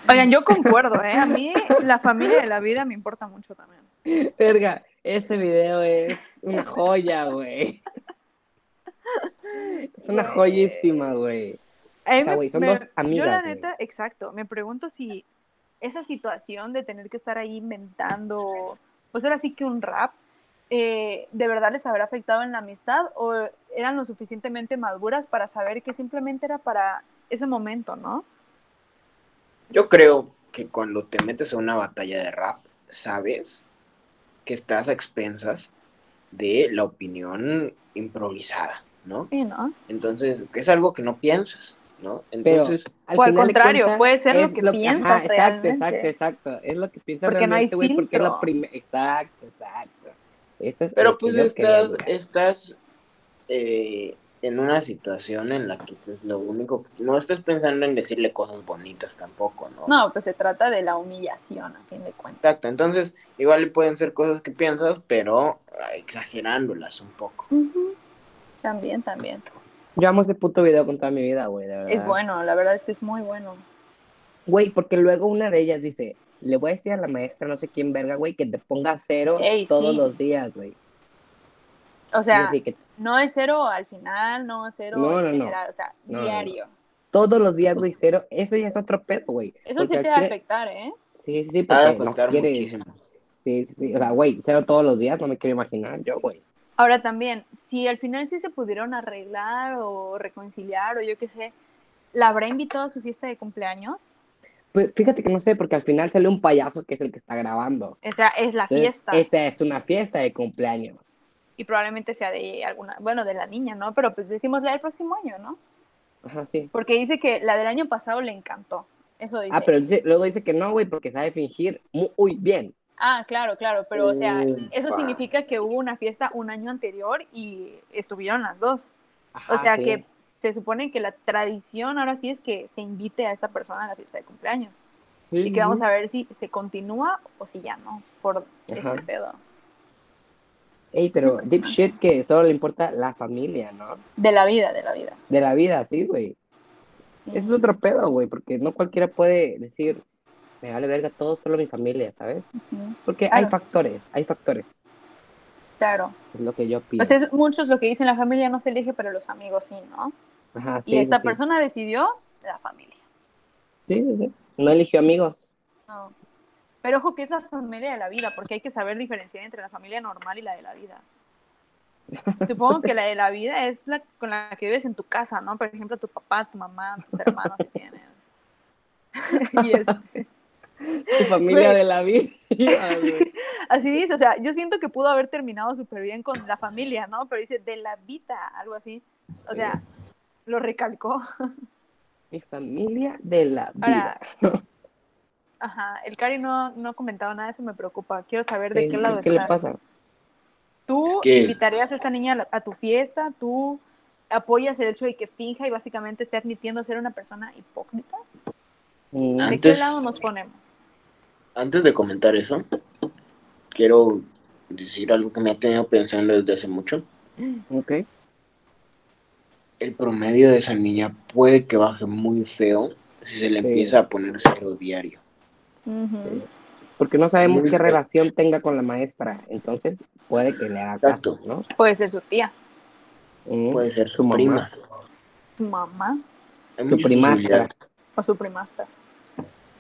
Speaker 1: Oigan, yo concuerdo, ¿eh? A mí la familia de la vida me importa mucho también.
Speaker 2: Verga, ese video es una joya, güey. Es una
Speaker 1: Güey.
Speaker 2: joyísima, güey.
Speaker 1: A mí
Speaker 2: O sea,
Speaker 1: me-
Speaker 2: güey, son
Speaker 1: me-
Speaker 2: dos
Speaker 1: Yo la
Speaker 2: amigas, güey.
Speaker 1: neta, exacto, me pregunto si esa situación de tener que estar ahí inventando, pues era así que un rap, eh, de verdad les habrá afectado en la amistad o eran lo suficientemente maduras para saber que simplemente era para ese momento, ¿no?
Speaker 3: Yo creo que cuando te metes a una batalla de rap, sabes que estás a expensas de la opinión improvisada, ¿no?
Speaker 1: Sí, ¿no?
Speaker 3: Entonces, que es algo que no piensas, ¿no? Entonces,
Speaker 2: Al
Speaker 1: O al
Speaker 2: final de
Speaker 1: contrario,
Speaker 2: cuentas,
Speaker 1: puede ser lo
Speaker 2: es
Speaker 1: que
Speaker 2: ajá,
Speaker 1: piensas
Speaker 2: exacto,
Speaker 1: realmente.
Speaker 2: exacto, exacto. Es lo que piensas
Speaker 1: Porque no hay
Speaker 2: realmente, güey, porque es la
Speaker 1: filtro.
Speaker 2: primera. Exacto, exacto. Eso es
Speaker 3: pero
Speaker 2: lo que
Speaker 3: pues
Speaker 2: yo quería
Speaker 3: estás,
Speaker 2: llegar.
Speaker 3: estás eh, en una situación en la que pues, lo único, no estás pensando en decirle cosas bonitas tampoco, ¿no?
Speaker 1: No, pues se trata de la humillación, a fin de cuentas.
Speaker 3: Exacto, entonces igual pueden ser cosas que piensas, pero ah, exagerándolas un poco.
Speaker 1: También, también.
Speaker 2: Yo amo ese puto video con toda mi vida, güey, de verdad.
Speaker 1: Es bueno, la verdad es que es muy bueno.
Speaker 2: Güey, porque luego una de ellas dice, le voy a decir a la maestra, no sé quién verga, güey, que te ponga cero
Speaker 1: Ey,
Speaker 2: todos
Speaker 1: sí.
Speaker 2: los días, güey.
Speaker 1: O sea,
Speaker 2: Es decir, que
Speaker 1: no es cero al final, no es cero
Speaker 2: No,
Speaker 1: en
Speaker 2: no, no.
Speaker 1: general, o sea,
Speaker 2: No, no, no.
Speaker 1: diario.
Speaker 2: todos los días, güey, cero. Eso ya es otro pedo, güey.
Speaker 1: Eso
Speaker 2: Porque
Speaker 1: sí
Speaker 2: al
Speaker 1: te va a
Speaker 2: chile-
Speaker 1: afectar, ¿eh?
Speaker 2: Sí, sí, sí,
Speaker 3: Va a
Speaker 2: porque no
Speaker 3: afectar
Speaker 2: quieres.
Speaker 3: muchísimo.
Speaker 2: Sí, sí, sí. O sea, güey, cero todos los días, no me quiero imaginar yo, güey.
Speaker 1: Ahora también, si al final sí se pudieron arreglar o reconciliar o yo qué sé, ¿la habrá invitado a su fiesta de cumpleaños?
Speaker 2: Pues fíjate que no sé, porque al final sale un payaso que es el que está grabando.
Speaker 1: O sea, es la
Speaker 2: Entonces,
Speaker 1: fiesta
Speaker 2: Esta es una fiesta de cumpleaños.
Speaker 1: y probablemente sea de alguna, bueno, de la niña, ¿no? Pero pues decimos la del próximo año, ¿no?
Speaker 2: Ajá, sí.
Speaker 1: Porque dice que la del año pasado le encantó. Eso dice.
Speaker 2: Ah, pero dice- luego dice que no, güey, porque sabe fingir muy, uy, bien.
Speaker 1: Ah, claro, claro, pero o sea, eso
Speaker 3: Upa.
Speaker 1: significa que hubo una fiesta un año anterior y estuvieron las dos.
Speaker 2: Ajá,
Speaker 1: O sea
Speaker 2: sí.
Speaker 1: que se supone que la tradición ahora sí es que se invite a esta persona a la fiesta de cumpleaños
Speaker 2: Sí,
Speaker 1: y que vamos
Speaker 2: sí.
Speaker 1: a ver si se continúa o si ya no por este
Speaker 2: Ajá.
Speaker 1: pedo.
Speaker 2: Ey, pero
Speaker 1: es
Speaker 2: deep shit que solo le importa la familia, ¿no?
Speaker 1: De la vida, de la vida.
Speaker 2: De la vida, sí, güey.
Speaker 1: Sí.
Speaker 2: Ese Es otro pedo, güey, porque no cualquiera puede decir, me vale verga todo, solo mi familia, ¿sabes?
Speaker 1: Ujú,
Speaker 2: Porque
Speaker 1: Claro.
Speaker 2: hay factores, hay factores,
Speaker 1: Claro.
Speaker 2: es lo que yo pido.
Speaker 1: O sea, es- muchos lo que dicen la familia no se elige, pero los amigos sí, ¿no?
Speaker 2: Ajá,
Speaker 1: y
Speaker 2: sí,
Speaker 1: esta
Speaker 2: sí, sí.
Speaker 1: persona decidió la familia.
Speaker 2: Sí, sí, sí. No eligió amigos.
Speaker 1: No. Pero ojo que es la familia de la vida, porque hay que saber diferenciar entre la familia normal y la de la vida. Supongo que la de la vida es la con la que vives en tu casa, ¿no? Por ejemplo, tu papá, tu mamá, tus hermanos que tienes. y este,
Speaker 2: Tu familia
Speaker 1: Güey.
Speaker 2: de la vida. güey.
Speaker 1: así dice, o sea, yo siento que pudo haber terminado súper bien con la familia, ¿no? Pero dice, de la vida, algo así. O sea, lo recalcó.
Speaker 2: mi familia de la vida.
Speaker 1: Ahora, Ajá, el Cari no, no ha comentado nada, eso me preocupa. Quiero saber de
Speaker 2: Sí,
Speaker 1: qué
Speaker 2: sí,
Speaker 1: lado
Speaker 2: ¿Qué le
Speaker 1: estás.
Speaker 2: pasa?
Speaker 1: ¿Tú
Speaker 3: Es que-
Speaker 1: invitarías a esta niña a la- a tu fiesta? ¿Tú apoyas el hecho de que finja y básicamente esté admitiendo ser una persona hipócrita?
Speaker 2: Mm,
Speaker 1: ¿De
Speaker 3: Antes-
Speaker 1: qué lado nos ponemos?
Speaker 3: Antes de comentar eso, quiero decir algo que me ha tenido pensando desde hace mucho.
Speaker 2: ok.
Speaker 3: El promedio de esa niña puede que baje muy feo si se le
Speaker 2: Sí.
Speaker 3: empieza a poner cero diario. Eh,
Speaker 1: Ujú.
Speaker 2: Porque no sabemos
Speaker 3: Muy
Speaker 2: qué
Speaker 3: feo.
Speaker 2: relación tenga con la maestra. Entonces, puede que le haga
Speaker 3: Exacto.
Speaker 2: caso, ¿no?
Speaker 1: Puede ser su tía,
Speaker 2: Mm,
Speaker 3: Puede ser su
Speaker 2: Su mamá.
Speaker 3: prima.
Speaker 1: su mamá
Speaker 2: Su
Speaker 3: Hay muchas
Speaker 2: primastra.
Speaker 3: posibilidades.
Speaker 1: o su primasta.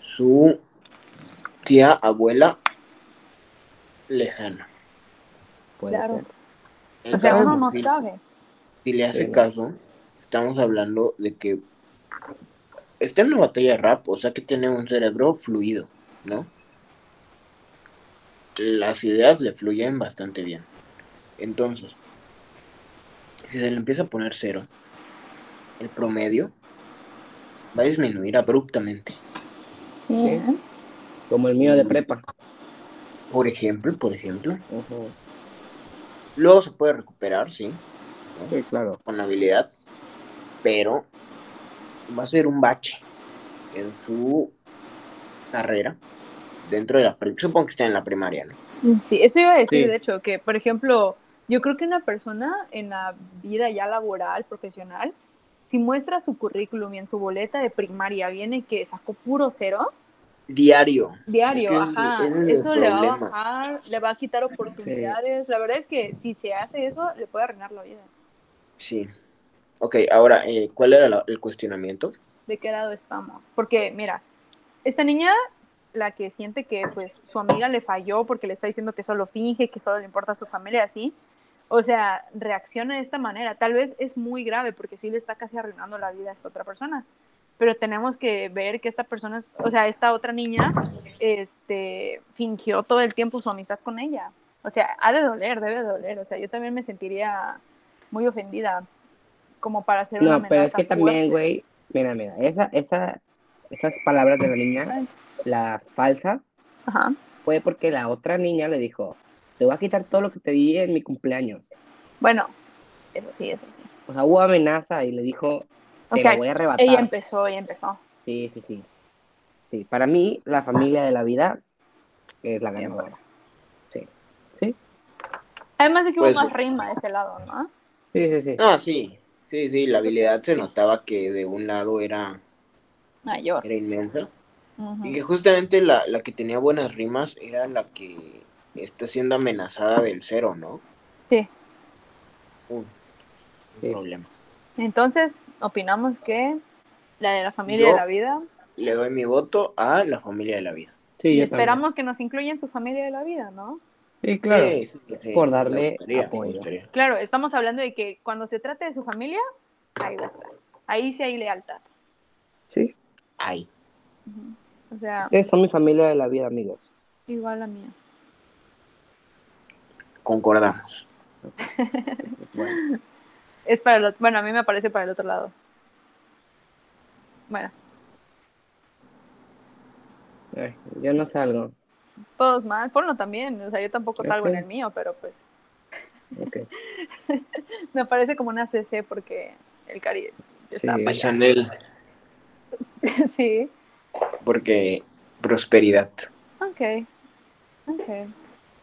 Speaker 3: Su tía, abuela, lejana.
Speaker 2: Puede
Speaker 1: Claro.
Speaker 2: ser.
Speaker 1: O sea,
Speaker 3: Entonces,
Speaker 1: uno no
Speaker 3: si-
Speaker 1: sabe.
Speaker 3: Si le hace
Speaker 2: Sí, no.
Speaker 3: caso, estamos hablando de que está en una batalla de rap, o sea que tiene un cerebro fluido, ¿no? Las ideas le fluyen bastante bien. Entonces, si se le empieza a poner cero, el promedio va a disminuir abruptamente.
Speaker 1: Sí. ¿eh?
Speaker 2: Como el mío de prepa.
Speaker 3: Por ejemplo, por ejemplo,
Speaker 2: Ujú.
Speaker 3: luego se puede recuperar, sí,
Speaker 2: Sí, claro.
Speaker 3: con habilidad, pero va a ser un bache en su carrera dentro de la primaria. Supongo que está en la primaria, ¿no?
Speaker 1: Sí, eso iba a decir,
Speaker 2: Sí.
Speaker 1: de hecho, que por ejemplo, yo creo que una persona en la vida ya laboral, profesional, si muestra su currículum y en su boleta de primaria viene que sacó puro cero,
Speaker 3: Diario.
Speaker 1: Diario,
Speaker 3: Es que es-
Speaker 1: ajá.
Speaker 3: ese es el
Speaker 1: Eso le va a
Speaker 3: problema.
Speaker 1: bajar, le va a quitar oportunidades. La verdad es que si se hace eso, le puede arruinar la vida.
Speaker 3: Sí. Ok, ahora, eh, ¿cuál era la- el cuestionamiento?
Speaker 1: ¿De qué lado estamos? Porque, mira, esta niña, la que siente que pues su amiga le falló porque le está diciendo que solo finge, que solo le importa a su familia, así. O sea, reacciona de esta manera. Tal vez es muy grave porque sí le está casi arruinando la vida a esta otra persona. Pero tenemos que ver que esta persona, es- o sea, esta otra niña, este, fingió todo el tiempo su amistad con ella. O sea, ha de doler, debe de doler. O sea, yo también me sentiría muy ofendida como para hacer una
Speaker 2: No, pero es
Speaker 1: amenaza
Speaker 2: que
Speaker 1: fuerte.
Speaker 2: también, güey. Mira, mira. Esa, esa, esas palabras de la niña, la falsa,
Speaker 1: Ajá.
Speaker 2: fue porque la otra niña le dijo: Te voy a quitar todo lo que te di en mi cumpleaños.
Speaker 1: Bueno, eso sí, eso sí.
Speaker 2: O sea, hubo amenaza y le dijo:
Speaker 1: O
Speaker 2: Te
Speaker 1: sea,
Speaker 2: lo voy a arrebatar.
Speaker 1: ella empezó, ella empezó.
Speaker 2: Sí, sí, sí. Sí, para mí la familia de la vida es la
Speaker 1: Siempre.
Speaker 2: ganadora. Sí, sí,
Speaker 1: Además de que hubo
Speaker 3: Pues-
Speaker 1: más rima de ese lado, ¿no?
Speaker 2: sí, sí, sí.
Speaker 3: Ah, sí. Sí, sí, la habilidad se notaba que de un lado era,
Speaker 1: Mayor.
Speaker 3: era inmensa.
Speaker 1: Ujú.
Speaker 3: Y que justamente la, la que tenía buenas rimas era la que está siendo amenazada del cero, ¿no?
Speaker 1: Sí.
Speaker 3: Uh, un
Speaker 2: Sí.
Speaker 3: problema.
Speaker 1: Entonces, opinamos que la de la familia
Speaker 3: Yo-
Speaker 1: de la vida.
Speaker 3: Le doy mi voto a la familia de la vida.
Speaker 2: Sí,
Speaker 1: Y
Speaker 2: yo
Speaker 1: esperamos que nos incluyan su familia de la vida, ¿no?
Speaker 2: también. Sí, claro.
Speaker 3: Sí, sí, sí,
Speaker 2: Por
Speaker 3: me
Speaker 2: darle
Speaker 3: gustaría, me
Speaker 2: apoyo.
Speaker 3: gustaría.
Speaker 1: Claro, estamos hablando de que cuando se trate de su familia, ahí va a estar. Ahí sí hay lealtad.
Speaker 2: Sí,
Speaker 3: Ay,
Speaker 1: Ujú. O sea,
Speaker 2: ustedes son mi familia de la vida, amigos.
Speaker 1: igual la mía.
Speaker 3: concordamos.
Speaker 2: Pues bueno.
Speaker 1: Es para el otro, bueno, a mí me parece para el otro lado. Bueno,
Speaker 2: Ay, Yo no salgo.
Speaker 1: todos mal, ponlo también. O sea, yo tampoco salgo
Speaker 2: Ok.
Speaker 1: en el mío, pero pues
Speaker 2: Ok.
Speaker 1: me parece como una CC porque el cari está
Speaker 2: Sí.
Speaker 3: A
Speaker 1: para allá.
Speaker 3: Chanel,
Speaker 1: Sí.
Speaker 3: porque prosperidad.
Speaker 1: Ok, ok.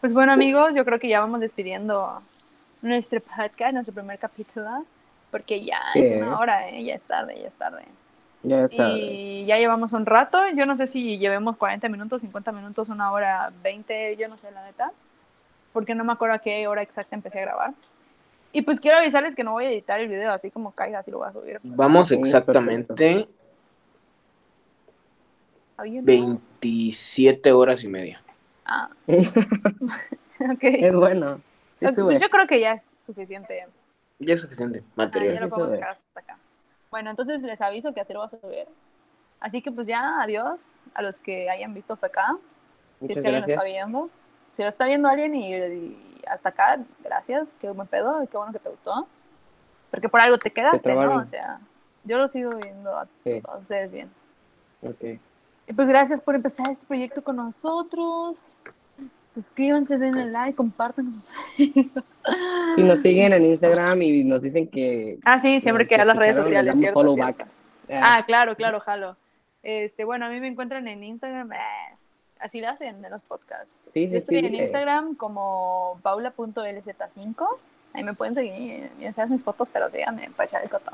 Speaker 1: Pues bueno amigos, yo creo que ya vamos despidiendo nuestro podcast, nuestro primer capítulo, porque ya es
Speaker 2: Sí.
Speaker 1: una hora, ¿eh? ya es tarde, ya es tarde.
Speaker 2: Ya está.
Speaker 1: Y ya llevamos un rato, yo no sé si llevemos 40 minutos, 50 minutos, una hora 20, yo no sé la neta, porque no me acuerdo a qué hora exacta empecé a grabar. Y pues quiero avisarles que no voy a editar el video, así como caiga, así lo voy a subir.
Speaker 3: Vamos
Speaker 2: Sí,
Speaker 3: exactamente
Speaker 1: Oye, no.
Speaker 3: 27 horas y media.
Speaker 1: Ah,
Speaker 2: es
Speaker 1: ok.
Speaker 2: bueno. Sí,
Speaker 1: Ok,
Speaker 2: sube.
Speaker 1: pues yo creo que ya es suficiente.
Speaker 3: Ya es suficiente
Speaker 1: Ah, ya
Speaker 3: material.
Speaker 1: lo podemos
Speaker 2: Eso es.
Speaker 1: dejar hasta acá. Bueno, entonces les aviso que así lo vas a subir. Así que pues ya, adiós a los que hayan visto hasta acá. Si es
Speaker 2: Muchas
Speaker 1: que alguien lo está
Speaker 2: gracias.
Speaker 1: viendo. Si lo está viendo alguien y, y hasta acá, gracias, qué buen pedo, y qué bueno que te gustó. Porque por algo te quedaste, ¿no?
Speaker 2: trabaron.
Speaker 1: O sea, yo lo sigo viendo a,
Speaker 2: Sí.
Speaker 1: a ustedes bien.
Speaker 2: Ok.
Speaker 1: Y pues gracias por empezar este proyecto con nosotros. Suscríbanse, denle like, compartan con sus amigos.
Speaker 2: Si nos siguen en Instagram y nos dicen que.
Speaker 1: Ah, sí, siempre
Speaker 2: nos
Speaker 1: que a las redes
Speaker 2: escucharon,
Speaker 1: sociales,
Speaker 2: les damos
Speaker 1: ¿cierto?
Speaker 2: follow
Speaker 1: ¿cierto?
Speaker 2: back.
Speaker 1: Ah, claro, claro, jalo. Este, bueno, a mí me encuentran en Instagram. ah, así lo hacen en los podcasts.
Speaker 2: sí, sí,
Speaker 1: Yo estoy
Speaker 2: sí,
Speaker 1: en
Speaker 2: eh,
Speaker 1: Instagram como paula.lz5. Ahí me pueden seguir y hacer mis fotos, pero síganme para echar el coto.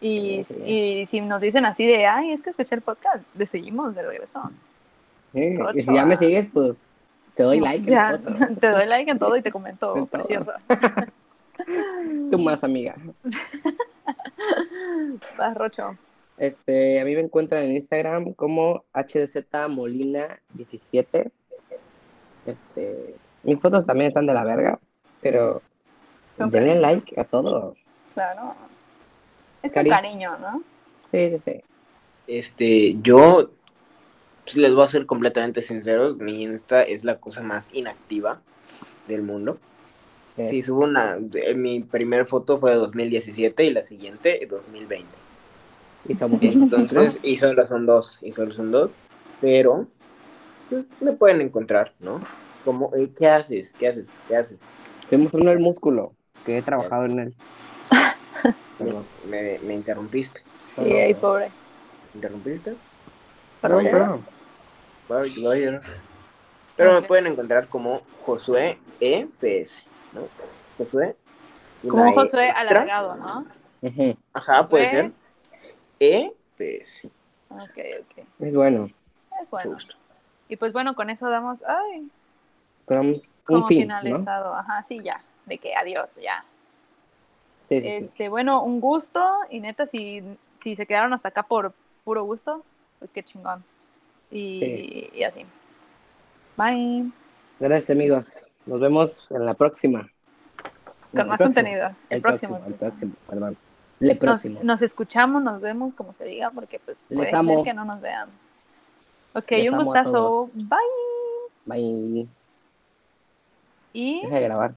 Speaker 1: Y,
Speaker 2: Sí, sí.
Speaker 1: y si nos dicen así de, ay, es que escuché el podcast, le seguimos de regreso.
Speaker 2: sí. Y Eh, si
Speaker 1: Ochoa.
Speaker 2: ya me sigues, pues te doy
Speaker 1: No,
Speaker 2: like
Speaker 1: ya,
Speaker 2: en la foto.
Speaker 1: Te doy like en todo y te comento,
Speaker 2: En todo.
Speaker 1: preciosa.
Speaker 2: Tú más, amiga.
Speaker 1: Vas, Rocho.
Speaker 2: Este, a mí me encuentran en Instagram como hdzmolina17. Este, mis fotos también están de la verga, pero
Speaker 1: Con
Speaker 2: denle
Speaker 1: cariño.
Speaker 2: like a todo.
Speaker 1: Claro. Es
Speaker 2: Cari-
Speaker 1: un cariño, ¿no?
Speaker 2: Sí, sí, sí.
Speaker 3: Este, yo pues, les voy a ser completamente sincero, mi Insta es la cosa más inactiva del mundo.
Speaker 2: Sí.
Speaker 3: Sí, subo una, de- mi primer foto fue de 2017 y la siguiente 2020.
Speaker 2: Y somos
Speaker 3: Entonces, y solo son dos, y solo son dos, pero pues, me pueden encontrar, ¿no? Como, eh, ¿qué haces? ¿Qué haces? ¿Qué haces?
Speaker 2: Fuimos uno el músculo, que he trabajado en él.
Speaker 3: Me,
Speaker 2: Perdón.
Speaker 3: me- me interrumpiste.
Speaker 1: Y ahí, pobre.
Speaker 3: ¿Me interrumpiste?
Speaker 1: Pero
Speaker 2: No,
Speaker 1: sí.
Speaker 2: pero-
Speaker 3: Voy, voy, ¿no? Pero
Speaker 1: Ok.
Speaker 3: me pueden encontrar como Josué EPS, ¿no? Josué. una
Speaker 1: Como
Speaker 3: E
Speaker 1: Josué
Speaker 3: extra.
Speaker 1: alargado, ¿no?
Speaker 2: Ujú,
Speaker 3: Ajá, puede
Speaker 1: Josué.
Speaker 3: ser. E EPS.
Speaker 1: Ok, ok.
Speaker 2: Es bueno.
Speaker 1: Es bueno. Y pues bueno, con eso damos, ay,
Speaker 2: Damos
Speaker 1: como
Speaker 2: Pues
Speaker 1: ah,
Speaker 2: un fin, ¿no?
Speaker 1: finalizado. Ajá, sí, ya. De que adiós, ya.
Speaker 2: Sí, sí, sí.
Speaker 1: Este, bueno, un gusto. Y neta, si, si se quedaron hasta acá por puro gusto, pues qué chingón. Y,
Speaker 2: Sí.
Speaker 1: y así. Bye.
Speaker 2: Gracias, amigos. Nos vemos en la próxima. No,
Speaker 1: Con
Speaker 2: el
Speaker 1: más
Speaker 2: próximo.
Speaker 1: contenido. El,
Speaker 2: El
Speaker 1: próximo.
Speaker 2: próximo, el próximo, perdón. El
Speaker 1: Nos,
Speaker 2: próximo.
Speaker 1: nos escuchamos, nos vemos, como se diga, porque pues
Speaker 2: Les
Speaker 1: puede
Speaker 2: amo.
Speaker 1: ser que no nos vean. Ok,
Speaker 2: Les
Speaker 1: un
Speaker 2: amo a
Speaker 1: gustazo.
Speaker 2: todos.
Speaker 1: Bye.
Speaker 2: Bye.
Speaker 1: Y
Speaker 2: Deja de grabar.